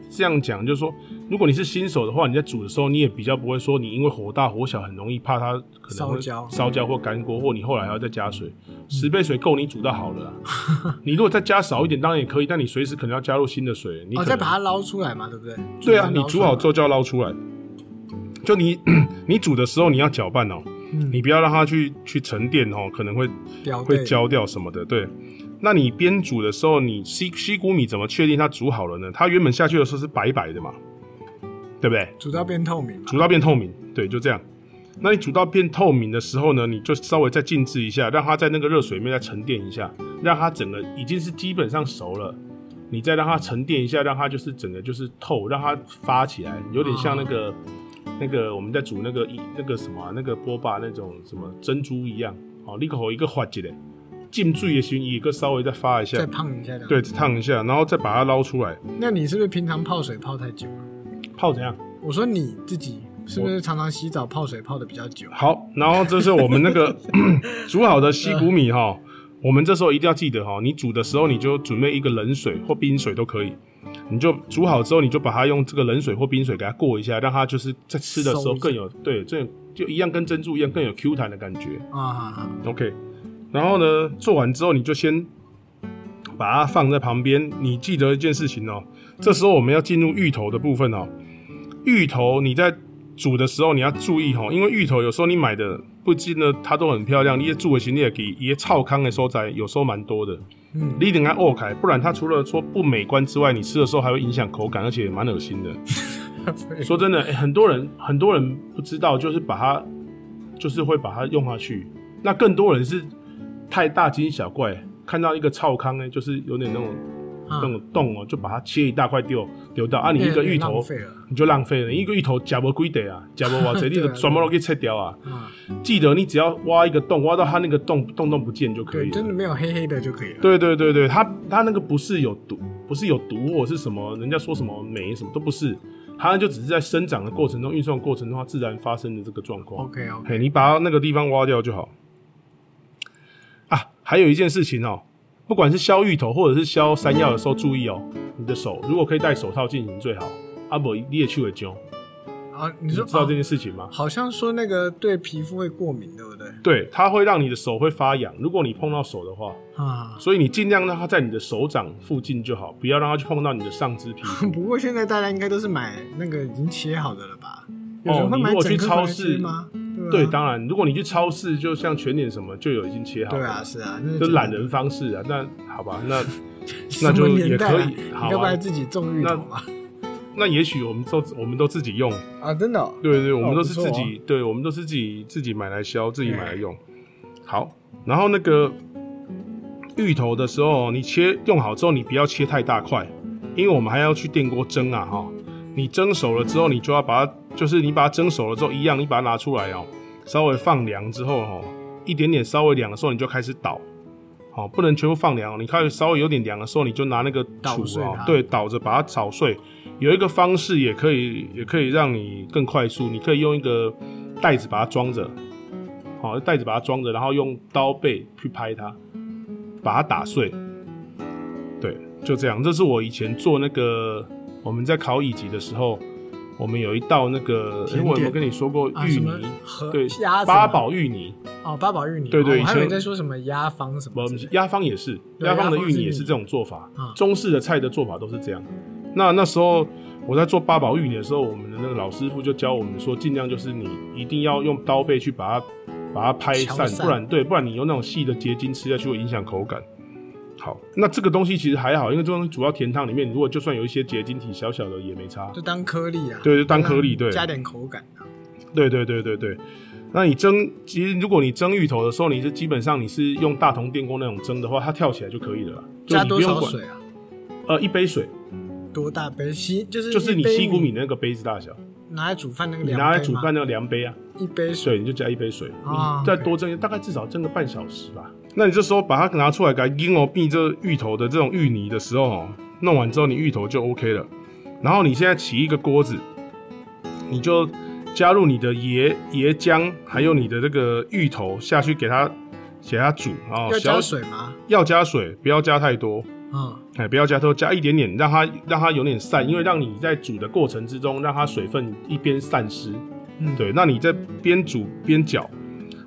[SPEAKER 1] 这样讲，就是说，如果你是新手的话，你在煮的时候，你也比较不会说你因为火大火小，很容易怕它可能会
[SPEAKER 2] 烧焦嗯
[SPEAKER 1] 烧焦或干锅，或你后来还要再加水。十杯水够你煮到好了啦。你如果再加少一点，当然也可以，但你随时可能要加入新的水。你可
[SPEAKER 2] 哦，
[SPEAKER 1] 能
[SPEAKER 2] 再把它捞出来嘛，对不对？
[SPEAKER 1] 对啊，
[SPEAKER 2] 把它
[SPEAKER 1] 你
[SPEAKER 2] 捞
[SPEAKER 1] 煮
[SPEAKER 2] 来
[SPEAKER 1] 好之后就要捞出来。就你 你煮的时候，你要搅拌哦，
[SPEAKER 2] 嗯
[SPEAKER 1] 你不要让它去去沉淀哦，可能会
[SPEAKER 2] 掉
[SPEAKER 1] 会
[SPEAKER 2] 队
[SPEAKER 1] 焦掉什么的。对，那你边煮的时候，你西西谷米怎么确定它煮好了呢？它原本下去的时候是白白的嘛，对不对？
[SPEAKER 2] 煮到变透明嘛。
[SPEAKER 1] 煮到变透明，对，就这样。那你煮到变透明的时候呢，你就稍微再静置一下，让它在那个热水里面再沉淀一下，让它整个已经是基本上熟了，你再让它沉淀一下，让它就是整个就是透，让它发起来，有点像那个、那个我们在煮那个一那个什么啊、那个波霸那种什么珍珠一样，哦，你口一个滑起来，浸水的时候，一个稍微再发一
[SPEAKER 2] 再
[SPEAKER 1] 下，
[SPEAKER 2] 胖一下的。
[SPEAKER 1] 对，，烫一下，然后再把它捞出来，
[SPEAKER 2] 那你是不是平常泡水泡太久了？
[SPEAKER 1] 泡怎样？
[SPEAKER 2] 我说你自己是不是常常洗澡泡水泡的比较久？啊
[SPEAKER 1] 好，然后这是我们那 个煮好的西谷米哈，我们这时候一定要记得哈，你煮的时候你就准备一个冷水或冰水都可以，你就煮好之后你就把它用这个冷水或冰水给它过一下，让它就是在吃的时候
[SPEAKER 2] 收一下
[SPEAKER 1] 更有对，这就一样跟珍珠一样更有 Q 弹的感觉。
[SPEAKER 2] 啊，
[SPEAKER 1] OK，然后呢，做完之后你就先把它放在旁边。你记得一件事情哦，这时候我们要进入芋头的部分哦。芋头你在煮的时候你要注意哦，因为芋头有时候你买的不仅呢，它都很漂亮。你也住的行李也给也超康的所在，有时候蛮多的。
[SPEAKER 2] 嗯，
[SPEAKER 1] 你一定要沤开，不然它除了说不美观之外，你吃的时候还会影响口感，而且蛮恶心的。 说真的、欸很多人很多人不知道，就是把它就是会把它用下去。那更多人是太大惊小怪，看到一个臭康呢，就是有点那种、那
[SPEAKER 2] 嗯
[SPEAKER 1] 种洞哦、就把它切一大块丢丢到啊，你一个
[SPEAKER 2] 那也
[SPEAKER 1] 芋头
[SPEAKER 2] 浪费了，
[SPEAKER 1] 你就浪费了，你一个芋头夹不几得啊，夹不完这你
[SPEAKER 2] 对
[SPEAKER 1] 就
[SPEAKER 2] 啊
[SPEAKER 1] 全部都给切掉啊。
[SPEAKER 2] 啊，
[SPEAKER 1] 记得你只要挖一个洞，挖到它那个洞洞洞不见就可以
[SPEAKER 2] 对，
[SPEAKER 1] 了。
[SPEAKER 2] 真的没有黑黑的就可以了。
[SPEAKER 1] 对对对对，它它那个不是有毒，不是有毒或者是什么，人家说什么酶什么都不是，它就只是在生长的过程中、运送的过程中它自然发生的这个状况。
[SPEAKER 2] ，OK OK，
[SPEAKER 1] 嘿，你把它那个地方挖掉就好。啊，还有一件事情哦、不管是削芋头或者是削山药的时候，注意哦、你的手如果可以戴手套进行最好，啊不，你也去会揪。
[SPEAKER 2] 啊，你
[SPEAKER 1] 你
[SPEAKER 2] 说
[SPEAKER 1] 知道这
[SPEAKER 2] 哦
[SPEAKER 1] 件事情吗？
[SPEAKER 2] 好像说那个对皮肤会过敏，对不对？
[SPEAKER 1] 对，它会让你的手会发痒，如果你碰到手的话，
[SPEAKER 2] 啊，
[SPEAKER 1] 所以你尽量让它在你的手掌附近就好，不要让它去碰到你的上肢皮 肤。
[SPEAKER 2] 不过现在大家应该都是买那个已经切好的了吧？有
[SPEAKER 1] 哦
[SPEAKER 2] 人会
[SPEAKER 1] 你
[SPEAKER 2] 买
[SPEAKER 1] 如果
[SPEAKER 2] 整
[SPEAKER 1] 去
[SPEAKER 2] 颗
[SPEAKER 1] 超
[SPEAKER 2] 回来吃
[SPEAKER 1] 市
[SPEAKER 2] 吗？
[SPEAKER 1] 对，
[SPEAKER 2] 啊
[SPEAKER 1] 当然，如果你去超市，就像全脸什么，就有已经切好了，
[SPEAKER 2] 对啊，是啊，那
[SPEAKER 1] 这
[SPEAKER 2] 简
[SPEAKER 1] 懒
[SPEAKER 2] 单
[SPEAKER 1] 人方式啊。那好吧，那
[SPEAKER 2] 什
[SPEAKER 1] 那
[SPEAKER 2] 么
[SPEAKER 1] 就也
[SPEAKER 2] 年代
[SPEAKER 1] 可
[SPEAKER 2] 啊
[SPEAKER 1] 以，好
[SPEAKER 2] 你要不
[SPEAKER 1] 啊
[SPEAKER 2] 然。自己种芋
[SPEAKER 1] 那
[SPEAKER 2] 头嘛？
[SPEAKER 1] 那也许我们都我们都自己用，
[SPEAKER 2] 啊，真的哦，
[SPEAKER 1] 对对，我们都是
[SPEAKER 2] 不错
[SPEAKER 1] 自己，对我们都是自己自己买来削，自己买来用。好，然后那个芋头的时候，你切用好之后，你不要切太大块，因为我们还要去电锅蒸啊哈。你蒸熟了之后，你就要把它，就是你把它蒸熟了之后一样，你把它拿出来哦，稍微放凉之后哦，一点点稍微凉的时候，你就开始倒。好、不能全部放凉哦。你看稍微有点凉的时候，你就拿那个
[SPEAKER 2] 捣
[SPEAKER 1] 杵
[SPEAKER 2] 碎
[SPEAKER 1] 哦
[SPEAKER 2] 它，
[SPEAKER 1] 对，倒着把它捣碎。有一个方式也可以，也可以让你更快速。你可以用一个袋子把它装着，好、袋子把它装着，然后用刀背去拍它，把它打碎。对，就这样。这是我以前做那个我们在考乙级的时候，我们有一道那个，诶
[SPEAKER 2] 甜点
[SPEAKER 1] 我有没有跟你说过
[SPEAKER 2] 啊
[SPEAKER 1] 芋
[SPEAKER 2] 什
[SPEAKER 1] 泥？
[SPEAKER 2] 么和
[SPEAKER 1] 对
[SPEAKER 2] 鸭，子
[SPEAKER 1] 八
[SPEAKER 2] 吗
[SPEAKER 1] 宝芋泥，
[SPEAKER 2] 哦，八宝芋泥，
[SPEAKER 1] 对对
[SPEAKER 2] 哦我还以为
[SPEAKER 1] 以前
[SPEAKER 2] 在说什么鸭方什么
[SPEAKER 1] 不
[SPEAKER 2] 之类的，
[SPEAKER 1] 鸭方也是，
[SPEAKER 2] 对
[SPEAKER 1] 鸭方的
[SPEAKER 2] 鸭
[SPEAKER 1] 芋
[SPEAKER 2] 方是
[SPEAKER 1] 泥也是
[SPEAKER 2] 芋泥
[SPEAKER 1] 这种做法
[SPEAKER 2] 嗯。
[SPEAKER 1] 中式的菜的做法都是这样。那那时候我在做八宝芋泥的时候，我们的那个老师傅就教我们说，尽量就是你一定要用刀背去把它把它拍
[SPEAKER 2] 敲
[SPEAKER 1] 散，
[SPEAKER 2] 散
[SPEAKER 1] 不然对，不然你用那种细的结晶吃下去会影响口感。好，那这个东西其实还好，因为这种主要甜汤里面，如果就算有一些结晶体小小的也没差。
[SPEAKER 2] 就当颗粒啊，
[SPEAKER 1] 对就当颗粒
[SPEAKER 2] 当
[SPEAKER 1] 对
[SPEAKER 2] 加点口感啊，
[SPEAKER 1] 对对对对对。那你蒸，其实如果你蒸芋头的时候，你是基本上你是用大同电锅那种蒸的话，它跳起来就可以了啦，就
[SPEAKER 2] 加
[SPEAKER 1] 你
[SPEAKER 2] 多
[SPEAKER 1] 不用
[SPEAKER 2] 少
[SPEAKER 1] 管
[SPEAKER 2] 水啊？
[SPEAKER 1] 呃，一杯水
[SPEAKER 2] 多大杯？西就是
[SPEAKER 1] 就是你
[SPEAKER 2] 一杯
[SPEAKER 1] 西谷米那个杯子大小，
[SPEAKER 2] 拿来煮饭那个
[SPEAKER 1] 你
[SPEAKER 2] 量
[SPEAKER 1] 拿来
[SPEAKER 2] 杯
[SPEAKER 1] 煮
[SPEAKER 2] 吗
[SPEAKER 1] 饭那个量杯啊，
[SPEAKER 2] 一杯水
[SPEAKER 1] 水你就加一杯水，
[SPEAKER 2] 啊
[SPEAKER 1] 你再多蒸，大概至少蒸个半小时吧。那你这时候把它拿出来，给它阴哦，避这芋头的这种芋泥的时候哦，弄完之后你芋头就 OK 了。然后你现在起一个锅子，你就加入你的椰椰浆，还有你的这个芋头下去给它给它煮哦，
[SPEAKER 2] 要
[SPEAKER 1] 小
[SPEAKER 2] 加水吗？
[SPEAKER 1] 要加水，不要加太多。
[SPEAKER 2] 嗯，
[SPEAKER 1] 哎，不要加多，加一点点，让它让它有点散，因为让你在煮的过程之中，让它水分一边散失。
[SPEAKER 2] 嗯
[SPEAKER 1] 对，那你在边煮边搅，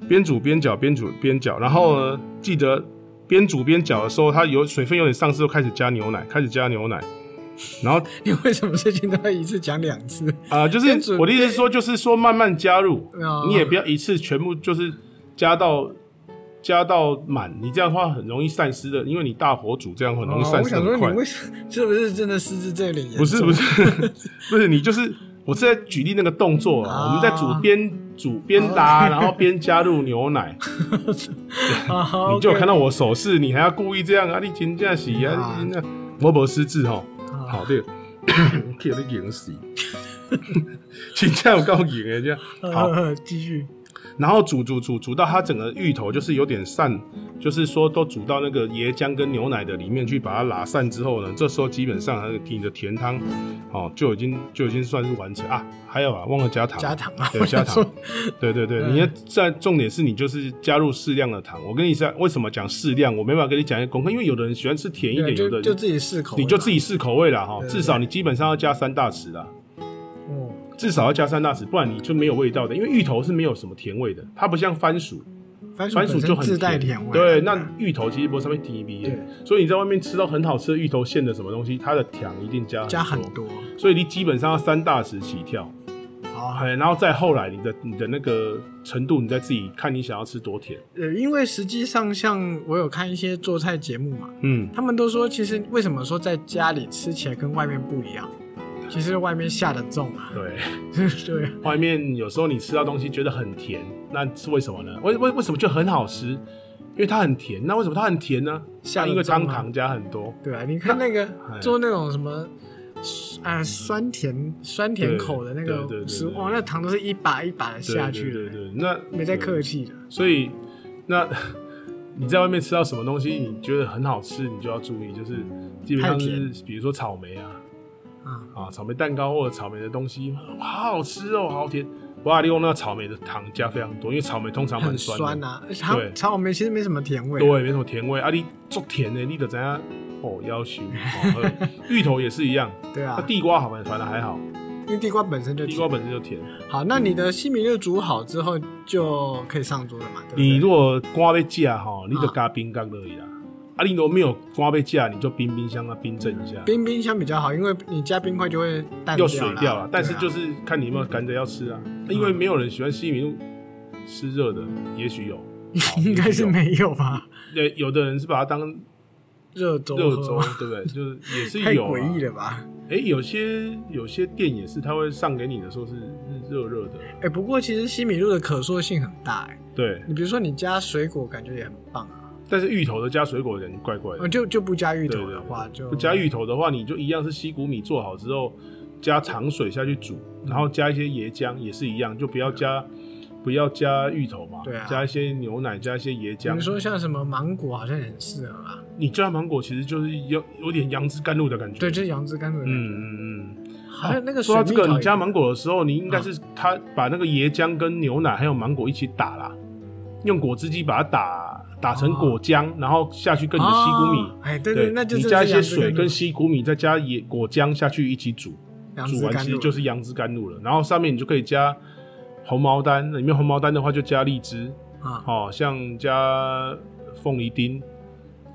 [SPEAKER 1] 边煮边搅，边煮边搅，然后呢，记得边煮边搅的时候，它有水分有点丧失，就开始加牛奶，开始加牛奶，然后
[SPEAKER 2] 你为什么事情都要一次讲两次？
[SPEAKER 1] 啊、就
[SPEAKER 2] 边煮
[SPEAKER 1] 是我的意思是说，就是说慢慢加入，
[SPEAKER 2] 啊
[SPEAKER 1] 你也不要一次全部就是加到。加到满，你这样的话很容易散失的，因为你大火煮这样很容易
[SPEAKER 2] 哦
[SPEAKER 1] 散
[SPEAKER 2] 我
[SPEAKER 1] 失
[SPEAKER 2] 想
[SPEAKER 1] 很快。
[SPEAKER 2] 说你为什么是不是真的失智这有点严重？
[SPEAKER 1] 不是不是 不是，你就是我是在举例那个动作啊，
[SPEAKER 2] 啊
[SPEAKER 1] 我们在煮边煮边拉，然后边加入牛奶，
[SPEAKER 2] 啊，
[SPEAKER 1] 你就有看到
[SPEAKER 2] 到
[SPEAKER 1] 我手势，你还要故意这样啊？你真正是啊，
[SPEAKER 2] 啊
[SPEAKER 1] 你真的我无失智吼，
[SPEAKER 2] 好
[SPEAKER 1] 好对， 替你赢死， 真正有够赢的这样，
[SPEAKER 2] 啊
[SPEAKER 1] 好。
[SPEAKER 2] 继续
[SPEAKER 1] 然后煮煮煮煮到它整个芋头就是有点散，就是说都煮到那个椰浆跟牛奶的里面去，把它拉散之后呢，这时候基本上它的你的甜汤哦就已经就已经算是完成啊。还有啊，忘了加糖，
[SPEAKER 2] 加糖啊，
[SPEAKER 1] 对
[SPEAKER 2] 我
[SPEAKER 1] 加
[SPEAKER 2] 想
[SPEAKER 1] 糖
[SPEAKER 2] 说，
[SPEAKER 1] 对对对，
[SPEAKER 2] 嗯
[SPEAKER 1] 你要在重点是你就是加入适量的糖。我跟你讲，为什么讲适量，我没办法跟你讲一个功课，因为有的人喜欢吃甜一
[SPEAKER 2] 对
[SPEAKER 1] 点，有的
[SPEAKER 2] 就就
[SPEAKER 1] 人
[SPEAKER 2] 自己试口味
[SPEAKER 1] 你
[SPEAKER 2] 嘛，
[SPEAKER 1] 就自己试口味啦哈，
[SPEAKER 2] 对对
[SPEAKER 1] 至少你基本上要加三大匙啦。
[SPEAKER 2] 嗯
[SPEAKER 1] 至少要加三大匙，不然你就没有味道的。因为芋头是没有什么甜味的，它不像番薯，
[SPEAKER 2] 番薯
[SPEAKER 1] 番
[SPEAKER 2] 本
[SPEAKER 1] 薯
[SPEAKER 2] 身
[SPEAKER 1] 就很
[SPEAKER 2] 自带甜味，啊
[SPEAKER 1] 对，那芋头其实不是上面提鼻
[SPEAKER 2] 对
[SPEAKER 1] 耶，所以你在外面吃到很好吃的芋头馅的什么东西，它的糖一定加
[SPEAKER 2] 加
[SPEAKER 1] 很
[SPEAKER 2] 很
[SPEAKER 1] 多，
[SPEAKER 2] 多
[SPEAKER 1] 所以你基本上要三大匙起跳。
[SPEAKER 2] 好，
[SPEAKER 1] 哎，然后再后来你的你的那个程度，你再自己看你想要吃多甜。
[SPEAKER 2] 呃，因为实际上像我有看一些做菜节目嘛，
[SPEAKER 1] 嗯，
[SPEAKER 2] 他们都说，其实为什么说在家里吃起来跟外面不一样？其实外面下的重啊，
[SPEAKER 1] 对，
[SPEAKER 2] 对，啊
[SPEAKER 1] 外面有时候你吃到东西觉得很甜，那是为什么呢？为为为什么就很好吃？因为它很甜。那为什么它很甜呢？
[SPEAKER 2] 下
[SPEAKER 1] 它
[SPEAKER 2] 得
[SPEAKER 1] 因为
[SPEAKER 2] 重啊
[SPEAKER 1] 汤糖加很多。
[SPEAKER 2] 对啊，你看那个
[SPEAKER 1] 哎
[SPEAKER 2] 做那种什么。啊，酸甜酸甜口的那
[SPEAKER 1] 对对对
[SPEAKER 2] 个
[SPEAKER 1] 对
[SPEAKER 2] 食物，
[SPEAKER 1] 对
[SPEAKER 2] 哇，那糖都是一把一把的
[SPEAKER 1] 对
[SPEAKER 2] 下去的，
[SPEAKER 1] 对对对，那
[SPEAKER 2] 没在客
[SPEAKER 1] 气。
[SPEAKER 2] 气的。
[SPEAKER 1] 所以，那 你在外面吃到什么东西，你觉得很好吃，你就要注意，就是基本上
[SPEAKER 2] 太
[SPEAKER 1] 是
[SPEAKER 2] 甜
[SPEAKER 1] 比如说草莓啊，
[SPEAKER 2] 啊，
[SPEAKER 1] 啊，草莓蛋糕或者草莓的东西，哇好好吃哦，好甜。哇，利用那个草莓的糖加非常多，因为草莓通常蛮
[SPEAKER 2] 很
[SPEAKER 1] 酸的，
[SPEAKER 2] 酸呐、啊，草
[SPEAKER 1] 对
[SPEAKER 2] 草莓其实没什么甜味、啊，
[SPEAKER 1] 对，没什么甜味。啊，你做甜的，你得怎样？哦，要求好喝。 芋头也是一样，
[SPEAKER 2] 对
[SPEAKER 1] 那
[SPEAKER 2] 啊，
[SPEAKER 1] 地瓜好像反正还好，
[SPEAKER 2] 因为地瓜本身就
[SPEAKER 1] 地瓜
[SPEAKER 2] 甜。
[SPEAKER 1] 本身就甜。
[SPEAKER 2] 好，那你的西米露煮好之后就可以上桌了嘛？对不对
[SPEAKER 1] 你如果瓜被架哈，你就
[SPEAKER 2] 啊
[SPEAKER 1] 加冰干而已啦。啊，你如果没有瓜被架，你就冰冰箱啊冰镇一下。
[SPEAKER 2] 冰冰箱比较好，因为你加冰块就会淡
[SPEAKER 1] 又
[SPEAKER 2] 掉啊
[SPEAKER 1] 水掉了，但是就是是看你有没有赶着要吃啊，因
[SPEAKER 2] 嗯
[SPEAKER 1] 为没有人喜欢西米露吃热的，也许有，好
[SPEAKER 2] 应该是。没有吧？
[SPEAKER 1] 也许有呃，有的人是把它当
[SPEAKER 2] 热 粥
[SPEAKER 1] 热
[SPEAKER 2] 喝
[SPEAKER 1] 粥
[SPEAKER 2] 吗，
[SPEAKER 1] 对不对？ 就是也是
[SPEAKER 2] 太
[SPEAKER 1] 有啊。
[SPEAKER 2] 诡异了吧？
[SPEAKER 1] 哎，有些有些店也是，他会上给你的时候是是热热的，
[SPEAKER 2] 哎、不过其实西米露的可塑性很大哎、
[SPEAKER 1] 对。
[SPEAKER 2] 你比如说你加水果，感觉也很棒啊。
[SPEAKER 1] 但是芋头的加水果人怪怪
[SPEAKER 2] 呃，
[SPEAKER 1] 的，
[SPEAKER 2] 就就不加芋
[SPEAKER 1] 对
[SPEAKER 2] 头
[SPEAKER 1] 对
[SPEAKER 2] 的
[SPEAKER 1] 对
[SPEAKER 2] 话，就
[SPEAKER 1] 不加芋头的话，你就一样是西谷米做好之后加糖水下去煮，然后加一些椰浆也是一样，就不要加不要加芋头嘛，
[SPEAKER 2] 对啊
[SPEAKER 1] 加一些牛奶，加一些椰
[SPEAKER 2] 比
[SPEAKER 1] 浆
[SPEAKER 2] 如。说像什么芒果，好像也很适合啊。
[SPEAKER 1] 你加芒果其实就是有有点杨枝甘露的感觉。
[SPEAKER 2] 对，就是杨枝甘露的
[SPEAKER 1] 嗯
[SPEAKER 2] 感觉。
[SPEAKER 1] 嗯嗯。
[SPEAKER 2] 还有那个水
[SPEAKER 1] 说到这
[SPEAKER 2] 蜜
[SPEAKER 1] 个，
[SPEAKER 2] 桃
[SPEAKER 1] 你
[SPEAKER 2] 也
[SPEAKER 1] 加
[SPEAKER 2] 可以
[SPEAKER 1] 芒果的时候，你应该是它把那个椰浆跟牛奶还有芒果一起打啦，用果汁机把它打打成果浆，然后下去跟你的西谷米。
[SPEAKER 2] 哦哎，对对，那就
[SPEAKER 1] 你
[SPEAKER 2] 真
[SPEAKER 1] 加
[SPEAKER 2] 的
[SPEAKER 1] 一
[SPEAKER 2] 是
[SPEAKER 1] 些
[SPEAKER 2] 杨枝
[SPEAKER 1] 水
[SPEAKER 2] 甘露
[SPEAKER 1] 跟西谷米，再加椰果浆下去一起煮，
[SPEAKER 2] 杨
[SPEAKER 1] 煮
[SPEAKER 2] 枝
[SPEAKER 1] 完
[SPEAKER 2] 甘
[SPEAKER 1] 其
[SPEAKER 2] 露
[SPEAKER 1] 实就是杨枝甘露了。然后上面你就可以加红毛丹，里面红毛丹的话就加荔枝，
[SPEAKER 2] 啊，
[SPEAKER 1] 哦，像加凤梨丁，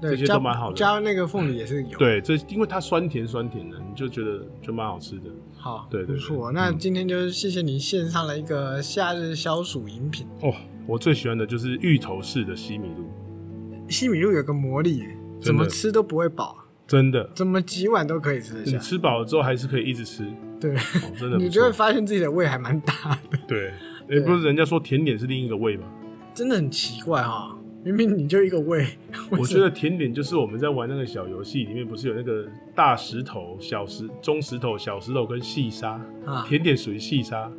[SPEAKER 2] 对，
[SPEAKER 1] 这些
[SPEAKER 2] 加
[SPEAKER 1] 都蛮好的
[SPEAKER 2] 加那个凤梨也是有，，
[SPEAKER 1] 对，这因为它酸甜酸甜的，你就觉得就蛮好吃的。
[SPEAKER 2] 好，
[SPEAKER 1] 对对对
[SPEAKER 2] 不错。那
[SPEAKER 1] 嗯
[SPEAKER 2] 今天就是谢谢你献上了一个夏日消暑饮品。
[SPEAKER 1] 哦，我最喜欢的就是芋头式的西米露，
[SPEAKER 2] 西米露有个魔力耶，
[SPEAKER 1] 的
[SPEAKER 2] 怎么吃都不会饱，
[SPEAKER 1] 真的，
[SPEAKER 2] 怎么几碗都可以吃得
[SPEAKER 1] 你
[SPEAKER 2] 下。
[SPEAKER 1] 吃饱了之后还是可以一直吃，哦，
[SPEAKER 2] 对，
[SPEAKER 1] 真的不错。
[SPEAKER 2] 啊你就会发现自己的胃还蛮大的，
[SPEAKER 1] 对，哎、不是人家说甜点是另一个味吗？
[SPEAKER 2] 真的很奇怪哈、明明你就一个胃，
[SPEAKER 1] 我觉得甜点就是我们在玩那个小游戏里面，不是有那个大石头、小石、中石头、小石头跟细沙，
[SPEAKER 2] 啊，
[SPEAKER 1] 甜点属于细沙，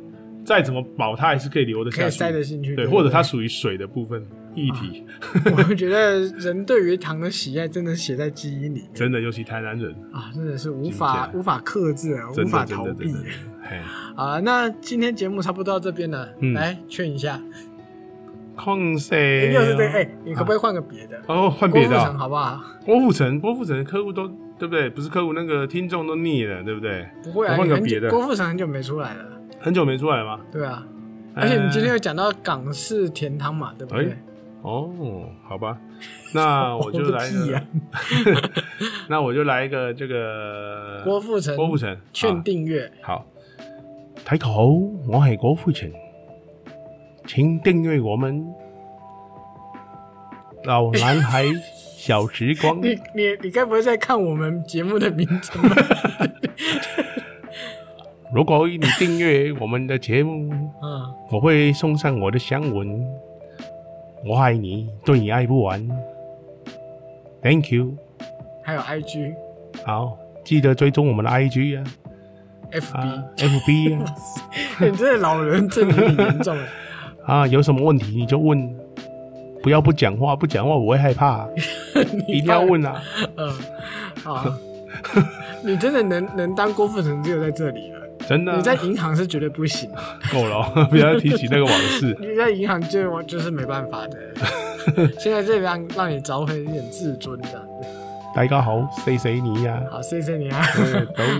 [SPEAKER 1] 再怎么饱它还是可以留得
[SPEAKER 2] 可
[SPEAKER 1] 下
[SPEAKER 2] 以
[SPEAKER 1] 去，
[SPEAKER 2] 塞得进去。
[SPEAKER 1] 对，
[SPEAKER 2] 对，啊
[SPEAKER 1] 或者它属于水的部分液体，
[SPEAKER 2] 对， 我觉得人对于糖的喜爱真的写在基因里面，
[SPEAKER 1] 真的，尤其台南人，
[SPEAKER 2] 啊，真的是无
[SPEAKER 1] 真
[SPEAKER 2] 法
[SPEAKER 1] 假
[SPEAKER 2] 无法克制啊，无
[SPEAKER 1] 真
[SPEAKER 2] 法
[SPEAKER 1] 的真
[SPEAKER 2] 逃
[SPEAKER 1] 的
[SPEAKER 2] 避
[SPEAKER 1] 真的，嘿。
[SPEAKER 2] 啊。那今天节目差不多到这边了，
[SPEAKER 1] 嗯
[SPEAKER 2] 来劝一下，
[SPEAKER 1] 控谁？
[SPEAKER 2] 又是这个，哎，你可不可以换个别的？
[SPEAKER 1] 啊哦，换
[SPEAKER 2] 郭
[SPEAKER 1] 别
[SPEAKER 2] 富
[SPEAKER 1] 的
[SPEAKER 2] 城
[SPEAKER 1] 啊。
[SPEAKER 2] 好不好？
[SPEAKER 1] 郭富城，郭富城的客户都对不对？不是客户，那个听众都腻了，对不对？
[SPEAKER 2] 不会啊，
[SPEAKER 1] 我换
[SPEAKER 2] 你
[SPEAKER 1] 个
[SPEAKER 2] 很
[SPEAKER 1] 别
[SPEAKER 2] 久
[SPEAKER 1] 的
[SPEAKER 2] 郭富城很久没出来了，
[SPEAKER 1] 很久没出来吗？
[SPEAKER 2] 对啊。而且你今天
[SPEAKER 1] 呃
[SPEAKER 2] 有讲到港式甜汤嘛，对不对
[SPEAKER 1] 哎？哦，好吧，那我就来一
[SPEAKER 2] 我的屁
[SPEAKER 1] 个
[SPEAKER 2] 呀，
[SPEAKER 1] 那我就来一个这个
[SPEAKER 2] 郭富城，
[SPEAKER 1] 呃郭富城啊
[SPEAKER 2] 劝
[SPEAKER 1] 定
[SPEAKER 2] 订阅，
[SPEAKER 1] 好。睇好，我系郭富城，请订阅我们老男孩小时光
[SPEAKER 2] 你你你该不会在看我们节目的名称 吧？
[SPEAKER 1] 如果你订阅我们的节目，
[SPEAKER 2] 嗯，
[SPEAKER 1] 我会送上我的香吻。我爱你，对你爱不完。Thank you。
[SPEAKER 2] 还有 IG、
[SPEAKER 1] 好，记得追踪我们的 IG 啊，啊
[SPEAKER 2] FB，
[SPEAKER 1] ，FB 啊，
[SPEAKER 2] 你这个老人症有点 严重了。
[SPEAKER 1] 啊，有什么问题你就问，不要不讲话，不讲话我会害怕、 一定要问啊。
[SPEAKER 2] 嗯， 好，你真的能能当郭富城，只有在这里了。
[SPEAKER 1] 真的啊、
[SPEAKER 2] 你在银行是绝对不行的，
[SPEAKER 1] 够了 哦，不要提起那个往事。
[SPEAKER 2] 你在银行就我就是没办法的。现在这样让你找回一点自尊，这样子。
[SPEAKER 1] 大家好，谁谁你 呀、
[SPEAKER 2] 好，谢谢你啊。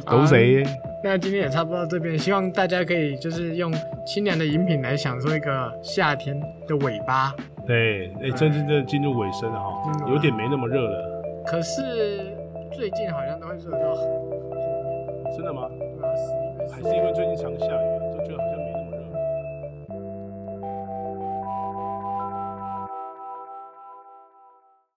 [SPEAKER 1] 都都谁？
[SPEAKER 2] 那今天也差不多到这边，希望大家可以就是用清凉的饮品来享受一个夏天的尾巴。
[SPEAKER 1] 对，哎、真真正进入尾声了哈、
[SPEAKER 2] 进入了
[SPEAKER 1] 有点没那么热了，
[SPEAKER 2] 可是最近好像都会热到很后面，
[SPEAKER 1] 真的吗？
[SPEAKER 2] 对啊，十一月、
[SPEAKER 1] 还是因为最近常下雨，就觉得好像。